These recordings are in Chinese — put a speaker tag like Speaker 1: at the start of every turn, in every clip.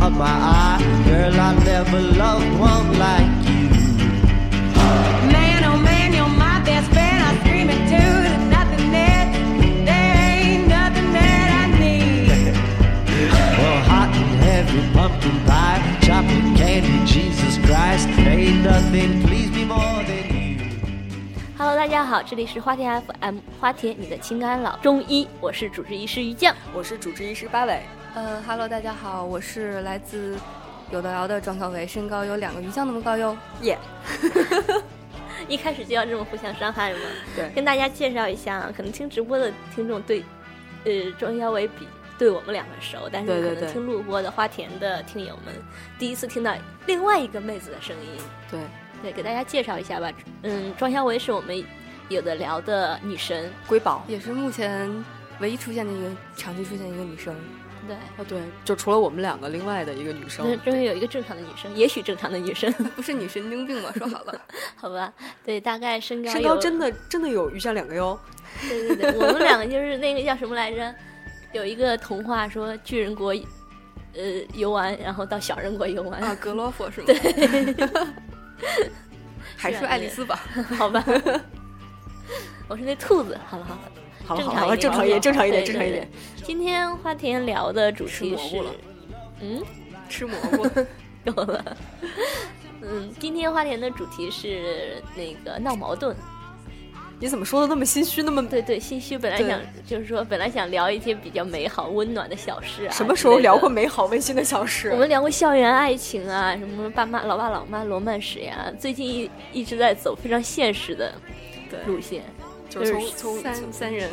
Speaker 1: of my eye. Girl, I never loved one like you.
Speaker 2: Man, oh man, you're my best friend. I scream it too. There's nothing that, there ain't nothing that I need.
Speaker 1: Well, hot and heavy pumpkin pie, chocolate candy, Jesus Christ. Ain't nothing pleased me more than you.
Speaker 3: Hello，大家好，这里是花田 FM，花田你的情感老中医，我是主治医师于酱。
Speaker 4: 我是主治医师八尾。
Speaker 5: 嗯哈喽，大家好，我是来自有的聊的庄小维，身高有两个鱼酱那么高哟。
Speaker 4: 耶、
Speaker 3: 一开始就要这么互相伤害吗？
Speaker 4: 对
Speaker 3: 跟大家介绍一下，可能听直播的听众对，呃，庄小伟比对我们两个熟，但是
Speaker 4: 对对
Speaker 3: 可能
Speaker 4: 对
Speaker 3: 听录播的花田的听友们第一次听到另外一个妹子的声音。
Speaker 4: 对，
Speaker 3: 对，给大家介绍一下吧。嗯，庄小伟是我们有的聊的女神。
Speaker 4: 瑰宝。
Speaker 5: 也是目前唯一出现的一个长期出现一个女生。
Speaker 3: 对，
Speaker 4: 哦，对，就除了我们两个，另外的一个女生
Speaker 3: 那。终于有一个正常的女生，也许正常的女生，
Speaker 5: 不是你神经病吗？说好了，
Speaker 3: 好吧？对，大概身高
Speaker 4: 身高
Speaker 3: 有
Speaker 4: 真的真的有鱼酱两个哟。
Speaker 3: 对对对，我们两个就是那个叫什么来着？有一个童话说巨人国，呃，游玩，然后到小人国游玩，
Speaker 4: 哦
Speaker 5: 啊，格罗佛是吗？对， 还是爱丽丝吧。
Speaker 3: 好吧？我是那兔子，好了好了，
Speaker 4: 好了
Speaker 3: 正
Speaker 4: 好
Speaker 3: 常
Speaker 4: 了好了，正常一点，正常一点，
Speaker 3: 对
Speaker 4: 正常一。
Speaker 3: 对
Speaker 4: 点。
Speaker 3: 对今天花田聊的主题
Speaker 4: 吃
Speaker 3: 是
Speaker 4: 蘑菇了，
Speaker 3: 嗯，
Speaker 5: 吃蘑菇，
Speaker 3: 够了。嗯，今天花田的主题是那个闹矛盾，
Speaker 4: 你怎么说的那么心虚，那 么
Speaker 3: 对对，心虚。本来
Speaker 4: 对
Speaker 3: 想就是说，本来想聊一些比较美好、温暖的小事啊。
Speaker 4: 什么时候聊过
Speaker 3: 美？
Speaker 4: 美好温馨的小事
Speaker 3: 我？们聊过校园爱情啊，什么爸妈、老爸、老妈、罗曼史呀，最近一一直在走非常现实的
Speaker 4: 对，
Speaker 3: 路线，
Speaker 4: 就是
Speaker 3: 就
Speaker 4: 从
Speaker 3: 是
Speaker 4: 从
Speaker 5: 三三人，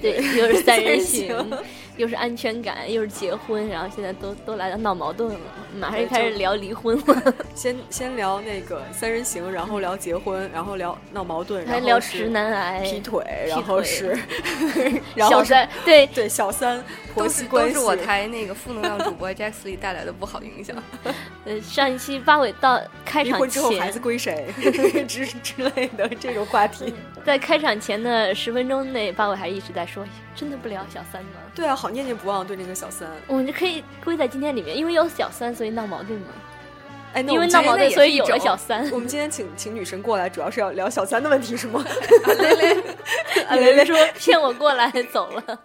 Speaker 3: 对，又是三 人
Speaker 4: 三人
Speaker 3: 行，又是安全感，又是结婚，然后现在都都来到闹矛盾了，马上就开始聊离婚了，
Speaker 4: 先先聊那个三人行，然后聊结婚，然后聊闹矛盾，然
Speaker 3: 还
Speaker 4: 后
Speaker 3: 聊
Speaker 4: 是
Speaker 3: 直男癌、
Speaker 4: 劈腿，然
Speaker 3: 劈
Speaker 4: 后
Speaker 3: 腿，
Speaker 4: 是然
Speaker 3: 小
Speaker 4: 后是
Speaker 3: 三，对，
Speaker 4: 对小三婆
Speaker 5: 都
Speaker 4: 媳
Speaker 5: 是都
Speaker 4: 关系，
Speaker 5: 是我台那个负能量主播 Jax Lee 带来的不好影响。
Speaker 3: 呃，上一期八尾到开
Speaker 4: 离
Speaker 3: 场
Speaker 4: 婚之后孩
Speaker 3: 前
Speaker 4: 子，归谁之 之类的这种话题。
Speaker 3: 在开场前的十分钟内，八尾还一直在说，真的不聊小三吗？
Speaker 4: 对啊，好念念不忘对那个小三。
Speaker 3: 我们就可以归在今天里面，因为有小三，所以闹矛盾嘛。
Speaker 4: 哎，那
Speaker 3: 因为
Speaker 4: 我们
Speaker 3: 闹
Speaker 4: 今天
Speaker 3: 矛盾，
Speaker 5: 也
Speaker 3: 所
Speaker 5: 是
Speaker 3: 以
Speaker 5: 一
Speaker 3: 有了
Speaker 5: 种
Speaker 3: 小三。
Speaker 4: 我们今天请请女神过来，主要是要聊小三的问题，是吗？
Speaker 3: 啊，雷雷说骗我过来走了，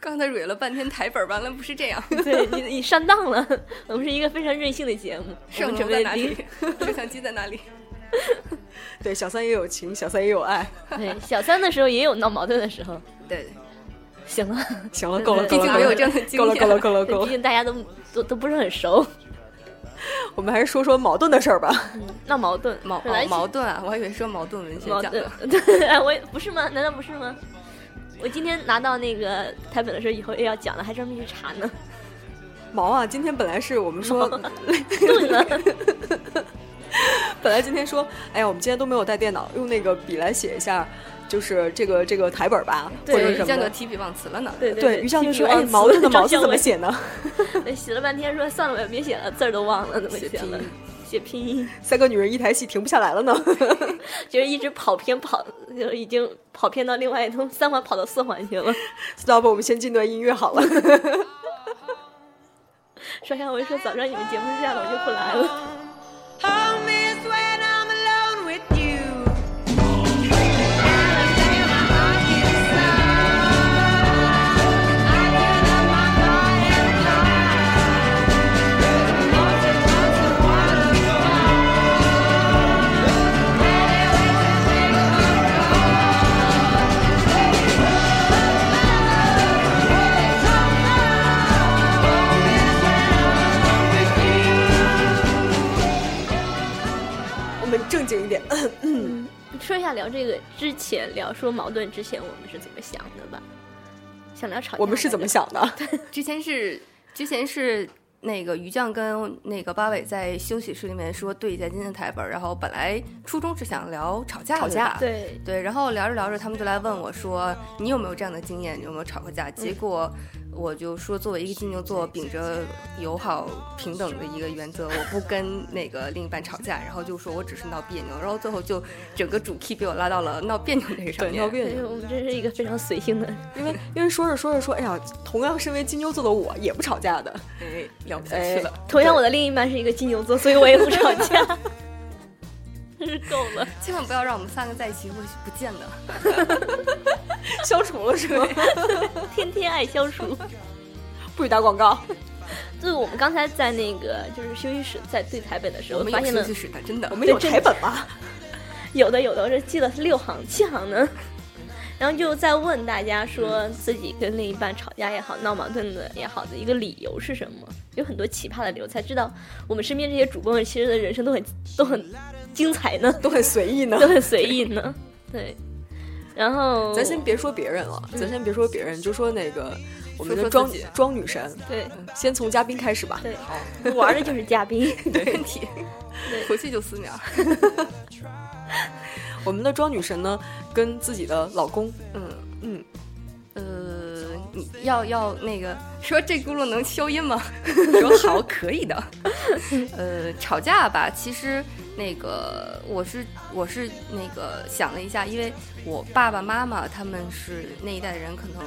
Speaker 5: 刚才蕊了半天台本，完了不是这样。
Speaker 3: 对你你上当了。我们是一个非常任性的节目，我
Speaker 5: 摄
Speaker 3: 们
Speaker 5: 影
Speaker 3: 准
Speaker 5: 楼
Speaker 3: 备
Speaker 5: 在哪
Speaker 3: 离
Speaker 5: 里？ 摄像机在哪里？
Speaker 4: 对，小三也有情，小三也有爱。
Speaker 3: 对小三的时候也有闹矛盾的时候。
Speaker 5: 对，
Speaker 3: 行了，
Speaker 4: 行了，够了，
Speaker 3: 对
Speaker 4: 够了，
Speaker 5: 毕竟
Speaker 4: 够
Speaker 5: 没有
Speaker 4: 了
Speaker 5: 这样的经
Speaker 4: 够了，够了，
Speaker 5: 验。
Speaker 4: 够了，够
Speaker 3: 毕
Speaker 4: 了。
Speaker 3: 竟大家都都都不是很熟，
Speaker 4: 我们还是说说矛盾的事儿吧。
Speaker 3: 闹矛盾，
Speaker 5: 矛
Speaker 3: 本来
Speaker 5: 哦
Speaker 3: 是
Speaker 5: 矛盾啊，我还以为说矛盾文学
Speaker 3: 矛
Speaker 5: 奖
Speaker 3: 盾
Speaker 5: 的。，
Speaker 3: 对，哎我也不是吗？难道不是吗？我今天拿到那个台本的时候，以后也要讲了，还专门去查呢。
Speaker 4: 毛啊，今天本来是我们说，
Speaker 3: 盾呢？
Speaker 4: 本来今天说，哎呀，我们今天都没有带电脑，用那个笔来写一下，就是这个这个台本儿吧，或
Speaker 3: 对
Speaker 4: 者是
Speaker 5: 对，
Speaker 4: 什
Speaker 5: 于
Speaker 4: 么
Speaker 5: 酱就
Speaker 4: 的。
Speaker 5: 提笔忘词了呢。
Speaker 3: 对
Speaker 4: 对，
Speaker 3: 对，
Speaker 4: 于酱就
Speaker 3: 听
Speaker 4: 说：“
Speaker 3: 说
Speaker 4: 哎，矛 盾的矛字怎
Speaker 3: 张小
Speaker 4: 么？
Speaker 3: 伟
Speaker 4: 写呢？
Speaker 3: 对，写了半天说算了吧，别写了，字儿都忘了，怎么写了？写拼音，
Speaker 4: 三个女人一台戏停不下来了呢。
Speaker 3: 就是一直跑偏跑，就是已经跑偏到另外一通三环跑到四环去了。
Speaker 4: 要不我们先进段音乐好了。
Speaker 3: 说下我就说早上你们节目是这样的，我就不来了。
Speaker 2: Home is when I'm alone with you. Alabama, Arkansas. I give up my heart and heart. Mountain tops and water skies. Anyway to take my call. Hey, Tumba, hey, Tumba. Home is when I'm alone with you.
Speaker 4: 我们正经一点。
Speaker 3: 说一下聊这个之前聊说矛盾之前我们是怎么想的吧？想聊吵架，
Speaker 4: 我们是怎么？想的？
Speaker 5: 之前是之前是那个于酱跟那个八尾在休息室里面说对一下今天的台本儿，然后本来初衷是想聊吵架的，
Speaker 4: 吵架
Speaker 5: 吧
Speaker 3: 对，
Speaker 4: 嗯
Speaker 5: 对，然后聊着聊着，他们就来问我说：“你有没有这样的经验？你有没有吵过架？”结果我就说，作为一个金牛座，秉着友好平等的一个原则，我不跟那个另一半吵架，然后就说我只是闹别扭，然后最后就整个主 key 被我拉到了闹别扭这个上
Speaker 4: 对，
Speaker 5: 面。
Speaker 4: 闹别
Speaker 3: 所以
Speaker 4: 扭。
Speaker 3: 我们真是一个非常随性的，
Speaker 4: 因为因为说着说着说，哎呀，同样身为金牛座的我也不吵架的，
Speaker 5: 哎，聊不下去了。
Speaker 3: 同样我的另一半是一个金牛座，所以我也不吵架， 真是够了。
Speaker 5: 千万不要让我们三个在一起会不见的。
Speaker 4: 消除了是吗？
Speaker 3: 天天爱相 处。
Speaker 4: 不许打广告。
Speaker 3: 就是我们刚才在那个就是休息室在对台本的时
Speaker 5: 我
Speaker 3: 候，
Speaker 5: 们
Speaker 3: 发
Speaker 5: 有
Speaker 3: 现
Speaker 5: 休
Speaker 3: 了
Speaker 5: 息室的，真的。
Speaker 4: 我们有
Speaker 3: 对真
Speaker 4: 台本吧？
Speaker 3: 有的有的，我这记了六行七行呢。然后就在问大家
Speaker 4: 嗯
Speaker 3: 说自己跟另一半吵架也好，闹矛盾的也好的一个理由是什么？有很多奇葩的理由，才知道我们身边这些主播们其实的人生都很都很精彩呢，
Speaker 4: 都很随意呢。
Speaker 3: 都很随意呢。对，然后
Speaker 4: 咱先别说别人了，咱先别说别人，就说那个我们的
Speaker 5: 说说
Speaker 4: 装
Speaker 5: 自己
Speaker 4: 装女神，
Speaker 3: 对
Speaker 4: 先从嘉宾开始吧。
Speaker 3: 对，玩的就是嘉 宾。
Speaker 5: 没问题，回去就撕秒。
Speaker 4: 我们的装女神呢，跟自己的老公，
Speaker 5: 嗯
Speaker 4: 嗯，
Speaker 5: 呃，你要要那个说这轱辘能消音吗？ 说好可以的。 呃，吵架吧，其实那个我是我是那个想了一下，因为我爸爸妈妈他们是那一代人，可能。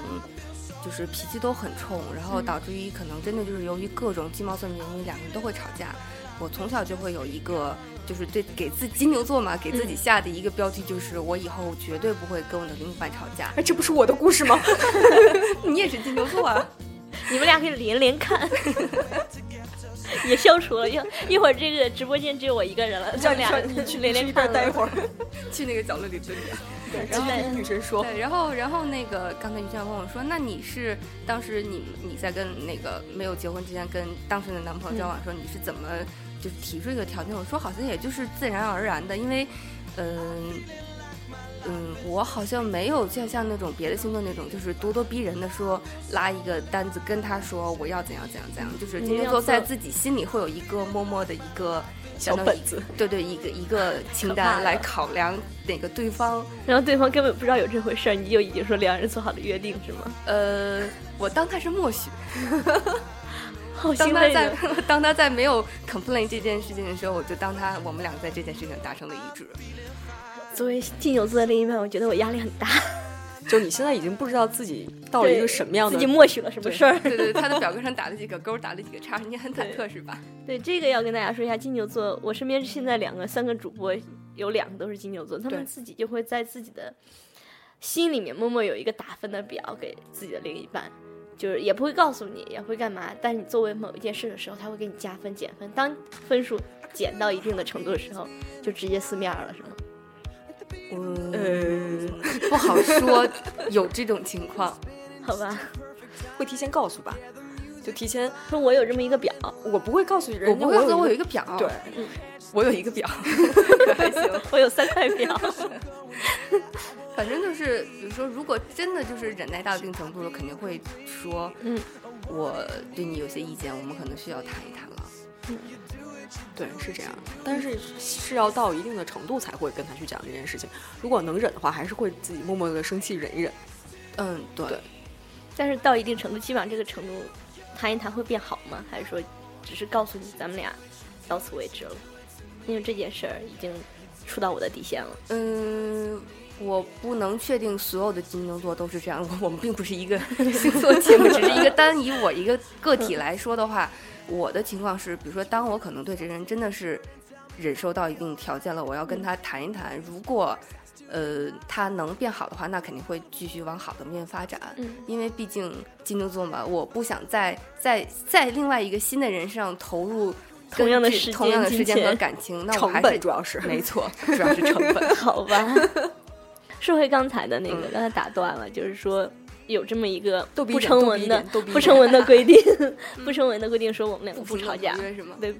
Speaker 5: 就是脾气都很冲，然后导致于可能真的就是由于各种鸡毛蒜皮的原因，两个人都会吵架。我从小就会有一个，就是对给自己金牛座嘛，给自己下的一个标记，就是我以后绝对不会跟我的另一半吵架。
Speaker 4: 哎，这不是我的故事吗？
Speaker 5: 你也是金牛座 啊？
Speaker 3: 你们俩可以连连 看，也消除了。一一会儿这个直播间只有我一个人了，他
Speaker 4: 叫
Speaker 3: 们
Speaker 4: 你
Speaker 3: 俩
Speaker 4: 上你去
Speaker 3: 连连
Speaker 4: 你去一边
Speaker 3: 看
Speaker 4: 儿待一
Speaker 3: 了。
Speaker 4: 会儿。
Speaker 5: 去那个角落里啊蹲着。
Speaker 4: 对，
Speaker 3: 然
Speaker 4: 然
Speaker 3: 后
Speaker 4: 后女神
Speaker 3: 哦
Speaker 4: 说，
Speaker 5: 对，然后然后那个刚才于酱问我说，那你是当时你你在跟那个没有结婚之前跟当时的男朋友交往的时候，你是怎么就是提出一个条件？我说好像也就是自然而然的，因为嗯。嗯，我好像没有就像那种别的星座那种，就是咄咄逼人的说拉一个单子跟他说我要怎样怎样怎样，就是
Speaker 3: 你
Speaker 5: 金牛
Speaker 3: 要
Speaker 5: 座在
Speaker 3: 做
Speaker 5: 自己心里会有一个默默的一个
Speaker 4: 小
Speaker 5: 相当于
Speaker 4: 本子，
Speaker 5: 对对，一个一个清
Speaker 3: 可怕
Speaker 5: 单
Speaker 3: 了
Speaker 5: 来考量哪个对方。
Speaker 3: 然后对方根本不知道有这回事儿，你就已经说两人做好了约定是吗？
Speaker 5: 呃，我当他是默许，
Speaker 3: 好
Speaker 5: 当
Speaker 3: 心
Speaker 5: 他
Speaker 3: 累
Speaker 5: 在
Speaker 3: 啊！
Speaker 5: 当他在没有 complain 这件事情的时候，我就当他我们两个在这件事情达成了一致。
Speaker 3: 作为金牛座的另一半，我觉得我压力很大。
Speaker 4: 就你现在已经不知道自己
Speaker 3: 哦
Speaker 4: 到了一个什么样
Speaker 3: 自
Speaker 4: 的
Speaker 3: 己默许了什么事儿？
Speaker 5: 对对，对他的表格上打了几个勾，打了几个叉，你也很忐忑是吧？
Speaker 3: 对这个要跟大家说一下，金牛座，我身边现在两个、三个主播有两个都是金牛座，他
Speaker 4: 对
Speaker 3: 们自己就会在自己的心里面默默有一个打分的表给自己的另一半，就是也不会告诉你，也不会干嘛，但是你作为某一件事的时候，他会给你加分、减分。当分数减到一定的程度的时候，就直接撕面儿了，是吗？
Speaker 4: 呃，
Speaker 5: 不好说有这种情况。
Speaker 3: 好吧，
Speaker 4: 会提前告诉吧，就提前，
Speaker 3: 说我有这么一个表，
Speaker 4: 我不会告诉人家，
Speaker 5: 我不会
Speaker 4: 有
Speaker 5: 说我有
Speaker 4: 一
Speaker 5: 一个表，
Speaker 4: 个嗯对，
Speaker 5: 我有一个表，还行。
Speaker 3: 我有三块表。
Speaker 5: 反正就是，比如说，如果真的就是忍耐到一定程度了，肯定会说，
Speaker 3: 嗯，
Speaker 5: 我对你有些意见，我们可能需要谈一谈了。
Speaker 4: 对，是这样。但是是要到一定的程度才会跟他去讲这件事情。如果能忍的话，还是会自己默默的生气忍一忍。
Speaker 5: 嗯，对，
Speaker 4: 对
Speaker 3: 但是到一定程度，基本上这个程度，谈一谈会变好吗？还是说，只是告诉你咱们俩到此为止了？因为这件事儿已经触到我的底 线了。
Speaker 5: 嗯，我不能确定所有的 金牛座都是这样，我我们并不是一个星 座节目，只是一个单以我一个个体来说的话，我的情况是，比如说，当我可能对这人真的是忍受到一定条件了，我要
Speaker 3: 嗯
Speaker 5: 跟他谈一谈，如果。呃，他能变好的话，那肯定会继续往好的面发展。
Speaker 3: 嗯
Speaker 5: 因为毕竟金牛座嘛，我不想再再在另外一个新的人身上投入
Speaker 3: 同样的
Speaker 5: 跟这
Speaker 3: 时
Speaker 5: 同样的
Speaker 3: 间
Speaker 5: 时
Speaker 3: 金
Speaker 5: 间和
Speaker 3: 钱
Speaker 5: 感情，那我
Speaker 4: 成
Speaker 5: 还
Speaker 4: 本
Speaker 5: 是
Speaker 4: 主要是
Speaker 5: 没错， 主要是成本。
Speaker 3: 好吧， 说回刚才的那个，刚才打断了，就是说有这么一个
Speaker 4: 嗯逗逼
Speaker 3: 不
Speaker 4: 一点
Speaker 3: 成
Speaker 4: 逗逼
Speaker 3: 文
Speaker 4: 一
Speaker 3: 的
Speaker 4: 点逗逼一
Speaker 3: 不
Speaker 4: 点
Speaker 3: 成文的规 定，不成文的规定说我们两个不吵架，
Speaker 5: 是吗？
Speaker 3: 对，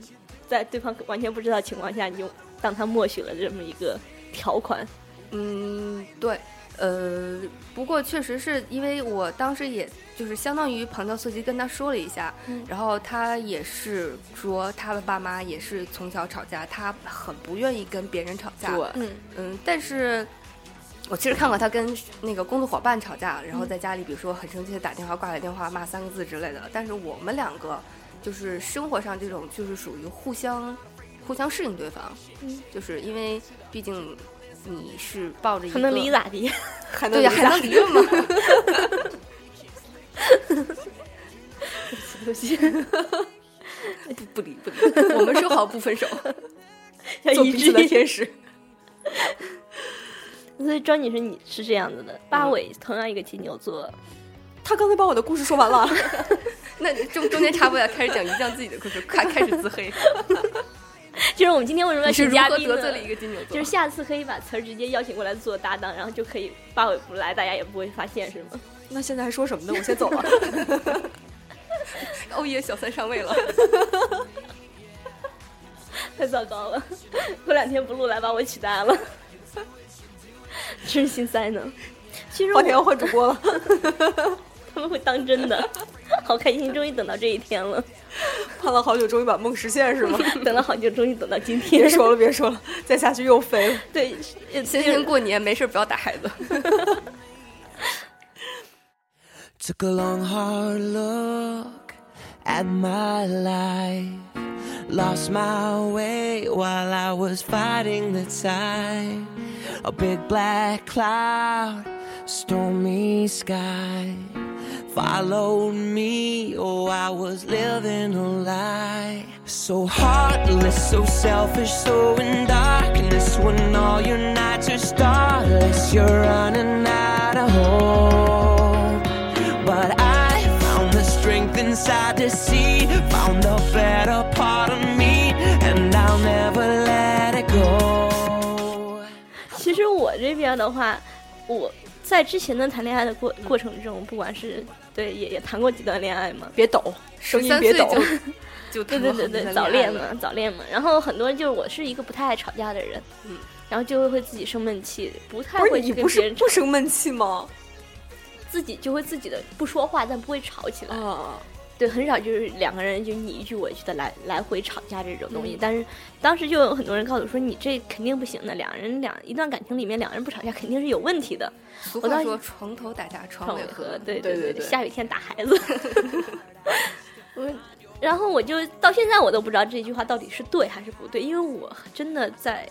Speaker 3: 在对方完全不知道情况下，你就当他默许了这么一个条款。
Speaker 5: 嗯，对，呃，不过确实是因为我当时也就是相当于旁敲侧击跟他说了一下，
Speaker 3: 嗯
Speaker 5: 然后他也是说他的爸妈也是从小吵架，他很不愿意跟别人吵架，
Speaker 4: 对，
Speaker 3: 嗯，
Speaker 5: 嗯，但是我其实看过他跟那个工作伙伴吵架，然后在家里，比如说很生气的打电话挂了电话骂三个字之类的。但是我们两个就是生活上这种就是属于互相互相适应对方，
Speaker 3: 嗯
Speaker 5: 就是因为毕竟你是抱着一个
Speaker 3: 还能离咋地？
Speaker 4: 还能
Speaker 5: 对呀，还能离吗？
Speaker 4: 不不离不离，
Speaker 5: 我们说好不分手，
Speaker 3: 要
Speaker 4: 做
Speaker 3: 一
Speaker 4: 彼此的
Speaker 3: 致。
Speaker 4: 天使。
Speaker 3: 所以庄女士，你是这样子的。八
Speaker 5: 嗯
Speaker 3: 尾同样一个金牛座，
Speaker 4: 他刚才把我的故事说完 了，
Speaker 5: 那中中间插播要开始讲一酱自己的故事，快开始自 黑。
Speaker 3: 就是我们今天为什么要
Speaker 5: 你是
Speaker 3: 请
Speaker 5: 如
Speaker 3: 嘉
Speaker 5: 何
Speaker 3: 宾
Speaker 5: 得罪了
Speaker 3: 呢？
Speaker 5: 一个金牛座？
Speaker 3: 就是下次可以把词儿直接邀请过来做搭档，然后就可以八尾不来，大家也不会发现，是吗？
Speaker 4: 那现在还说什么呢？我先走 了。
Speaker 5: 哦耶，小三上 位了。
Speaker 3: 太糟糕了，过两天不录来把我取代了，真是心塞呢。其实
Speaker 4: 花
Speaker 5: 哦
Speaker 4: 田要
Speaker 3: 我
Speaker 4: 换主播了，
Speaker 3: 他们会当真的，好开心，终于等到这一天 了，
Speaker 4: 盼了好久，终于把梦实现是吗？
Speaker 3: 等了好久，终于等到今天
Speaker 4: 别。说了，别说了，再下去又飞了。
Speaker 3: 对，
Speaker 5: 今年过年没事儿不要打孩子。
Speaker 1: Took a long hard look at my life. Lost my way while I was fighting the tide. A big black cloud, stormy sky. Followed me, oh, I was living a lie. So heartless, so selfish, so in darkness. When all your nights are starless, you're running out of hope. But I found the strength inside to see, found the better part of me, and I'll never let it go.
Speaker 3: 其实我这边的话，我在之前的谈恋爱的过过程中，不管是对也也谈过几段恋爱嘛，
Speaker 4: 别抖，声音
Speaker 5: 三
Speaker 4: 别
Speaker 5: 岁
Speaker 4: 抖。
Speaker 5: 就就
Speaker 3: 对
Speaker 5: 谈
Speaker 3: 对对对，
Speaker 5: 了好几段
Speaker 3: 早
Speaker 5: 恋
Speaker 3: 恋嘛，早恋嘛。然后很多人就是我是一个不太爱吵架的人，
Speaker 5: 嗯，
Speaker 3: 然后就会自己生闷气，不太
Speaker 4: 不是
Speaker 3: 会
Speaker 4: 你
Speaker 3: 去
Speaker 4: 不
Speaker 3: 跟别
Speaker 4: 是
Speaker 3: 人吵
Speaker 4: 不，生闷气 吗？
Speaker 3: 自己就会自己的不说话，但不会吵起
Speaker 5: 嗯
Speaker 3: 来。
Speaker 4: 啊，
Speaker 3: 对，很少就是两个人就你一句我一句的来来回吵架这种东西。
Speaker 5: 嗯
Speaker 3: 但是当时就有很多人告诉我说，你这肯定不行的，两人两一段感情里面两人不吵架肯定是有问题的。
Speaker 5: 俗
Speaker 3: 我当
Speaker 5: 话
Speaker 3: 时
Speaker 5: 说床头打架床
Speaker 3: 床
Speaker 5: 尾
Speaker 3: 尾
Speaker 5: 和
Speaker 3: 和，，对
Speaker 4: 对
Speaker 3: 对
Speaker 4: 对对
Speaker 3: 下雨天打孩子。 我，然后我就到现在我都不知道这句话到底是对还是不对，因为我真的在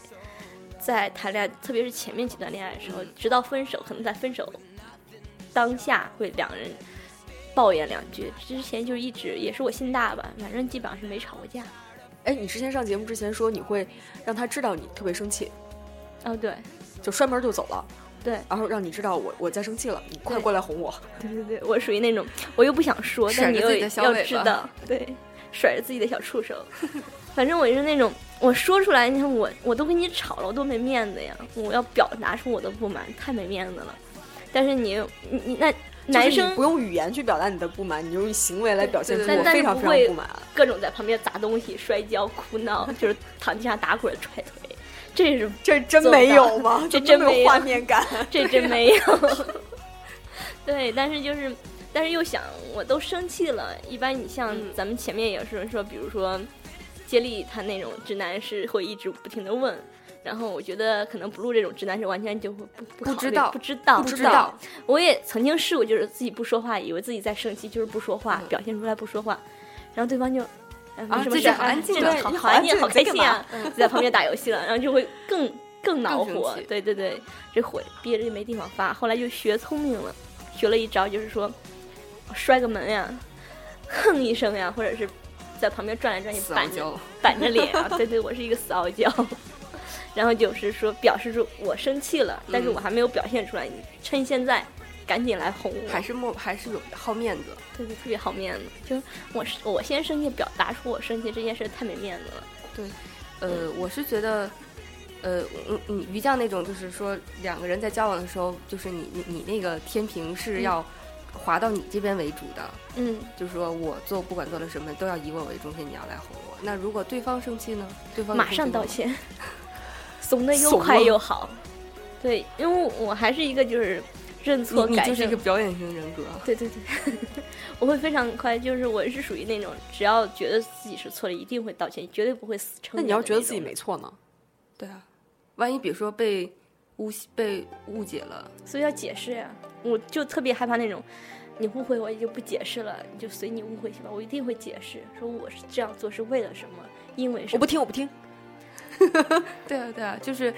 Speaker 3: 在谈恋爱，特别是前面几段恋爱的时候，直到分手，可能在分手当下会两人抱怨两句，之前就一直也是我心大吧，反正基本上是没吵过架。
Speaker 4: 哎，你之前上节目之前说你会让他知道你特别生气，
Speaker 3: 哦，对
Speaker 4: 就摔门就走了，
Speaker 3: 对
Speaker 4: 然后让你知道我我在生气了，你快
Speaker 3: 对
Speaker 4: 过来哄我。
Speaker 3: 对对对，我属于那种我又不想说，
Speaker 5: 甩
Speaker 3: 但
Speaker 5: 着
Speaker 3: 你又
Speaker 5: 自己的小
Speaker 3: 要
Speaker 5: 尾
Speaker 3: 知
Speaker 5: 巴
Speaker 3: 道，对，甩着自己的小触手。 反正我是那种，我说出来，你看我我都跟你吵了，我多没面子呀！我要表达出我的不满，太没面子了。但是你你你那男
Speaker 4: 就是
Speaker 3: 生
Speaker 4: 你不用语言去表达你的不满，你用行为来表现出
Speaker 5: 对对
Speaker 4: 我
Speaker 3: 但
Speaker 4: 非
Speaker 3: 但
Speaker 4: 常
Speaker 3: 是不
Speaker 4: 非常
Speaker 3: 会
Speaker 4: 不满。
Speaker 3: 各种在旁边砸东西、摔跤、哭闹，就是躺地上打滚、踹腿，这是
Speaker 4: 这真没 有吗？
Speaker 3: 这
Speaker 4: 怎么那
Speaker 3: 真
Speaker 4: 么
Speaker 3: 没有
Speaker 4: 有画面感。
Speaker 3: 这真没有。对，但是就是，但是又想，我都生气了。一般你像
Speaker 5: 嗯
Speaker 3: 咱们前面也是说，比如说接力他那种直男是会一直不停的问，然后我觉得可能不录这种直男是完全就会不不
Speaker 5: 不
Speaker 3: 考
Speaker 5: 知
Speaker 3: 虑
Speaker 5: 道
Speaker 3: 不知道
Speaker 5: 不知道。
Speaker 3: 我也曾经试过，就是自己不说话，以为自己在生气，就是不说话，
Speaker 5: 嗯
Speaker 3: 表现出来不说话，然后对方就。哎没
Speaker 5: 啊
Speaker 3: 什么
Speaker 5: 这
Speaker 3: 事
Speaker 5: 就
Speaker 3: 儿
Speaker 5: 好
Speaker 3: 哎
Speaker 5: 安静
Speaker 3: 这
Speaker 5: 了
Speaker 3: 个好
Speaker 4: 你
Speaker 3: 好
Speaker 4: 好
Speaker 3: 安
Speaker 4: 安
Speaker 3: 静，
Speaker 4: 静
Speaker 3: 好
Speaker 4: 你
Speaker 3: 开
Speaker 4: 在
Speaker 3: 心
Speaker 4: 干
Speaker 3: 啊！就在旁边打游戏了，然后就会更更恼火
Speaker 5: 生气。
Speaker 3: 对对对，这火憋着就没地方发。后来就学聪明了，学了一招，就是说摔个门呀， 哼一声呀，或者是在旁边转来转去，
Speaker 5: 死傲
Speaker 3: 板着
Speaker 5: 娇，
Speaker 3: 板着脸啊。对对，我是一个死傲娇。 然后就是说，表示出我生气了，但是
Speaker 5: 嗯
Speaker 3: 我还没有表现出来，你趁现在赶紧来哄我。
Speaker 5: 还是莫还是有好面子。
Speaker 3: 对对，特别好面子。就是我是我先生气，表达出我生气这件事太没面子了。
Speaker 5: 呃，我是觉得，呃，嗯嗯，于酱那种就是说两个人在交往的时候，就是你你你那个天平是
Speaker 3: 嗯
Speaker 5: 要滑到你这边为主的，
Speaker 3: 嗯，
Speaker 5: 就是说我做不管做了什么都要以我为中心，你要来哄我。那如果对方生气呢？对方有
Speaker 3: 马
Speaker 5: 生
Speaker 3: 上
Speaker 5: 气吗
Speaker 3: 道。歉， 怂的又
Speaker 4: 怂
Speaker 3: 快
Speaker 4: 了
Speaker 3: 又好。对，因为我还是一个就是认
Speaker 5: 你
Speaker 3: 错
Speaker 5: 你
Speaker 3: 改
Speaker 5: 就是一
Speaker 3: 正
Speaker 5: 个。表演型人格，
Speaker 3: 对对对，我会非常快，就是我是属于那种只要觉得自己是错了，一定会道歉，绝对不会死撑着的种
Speaker 4: 那
Speaker 3: 人。
Speaker 4: 你要觉得自己没错呢？
Speaker 5: 对啊，万一比如说被误被误解了。
Speaker 3: 所以要解释呀、我就特别害怕那种，你误会我也就不解释了，你就随你误会去吧，我一定会解释，说我是这样做是为了什么，因为什
Speaker 4: 我
Speaker 3: 么
Speaker 4: 不。听，我不听。
Speaker 5: 对啊，对啊，就是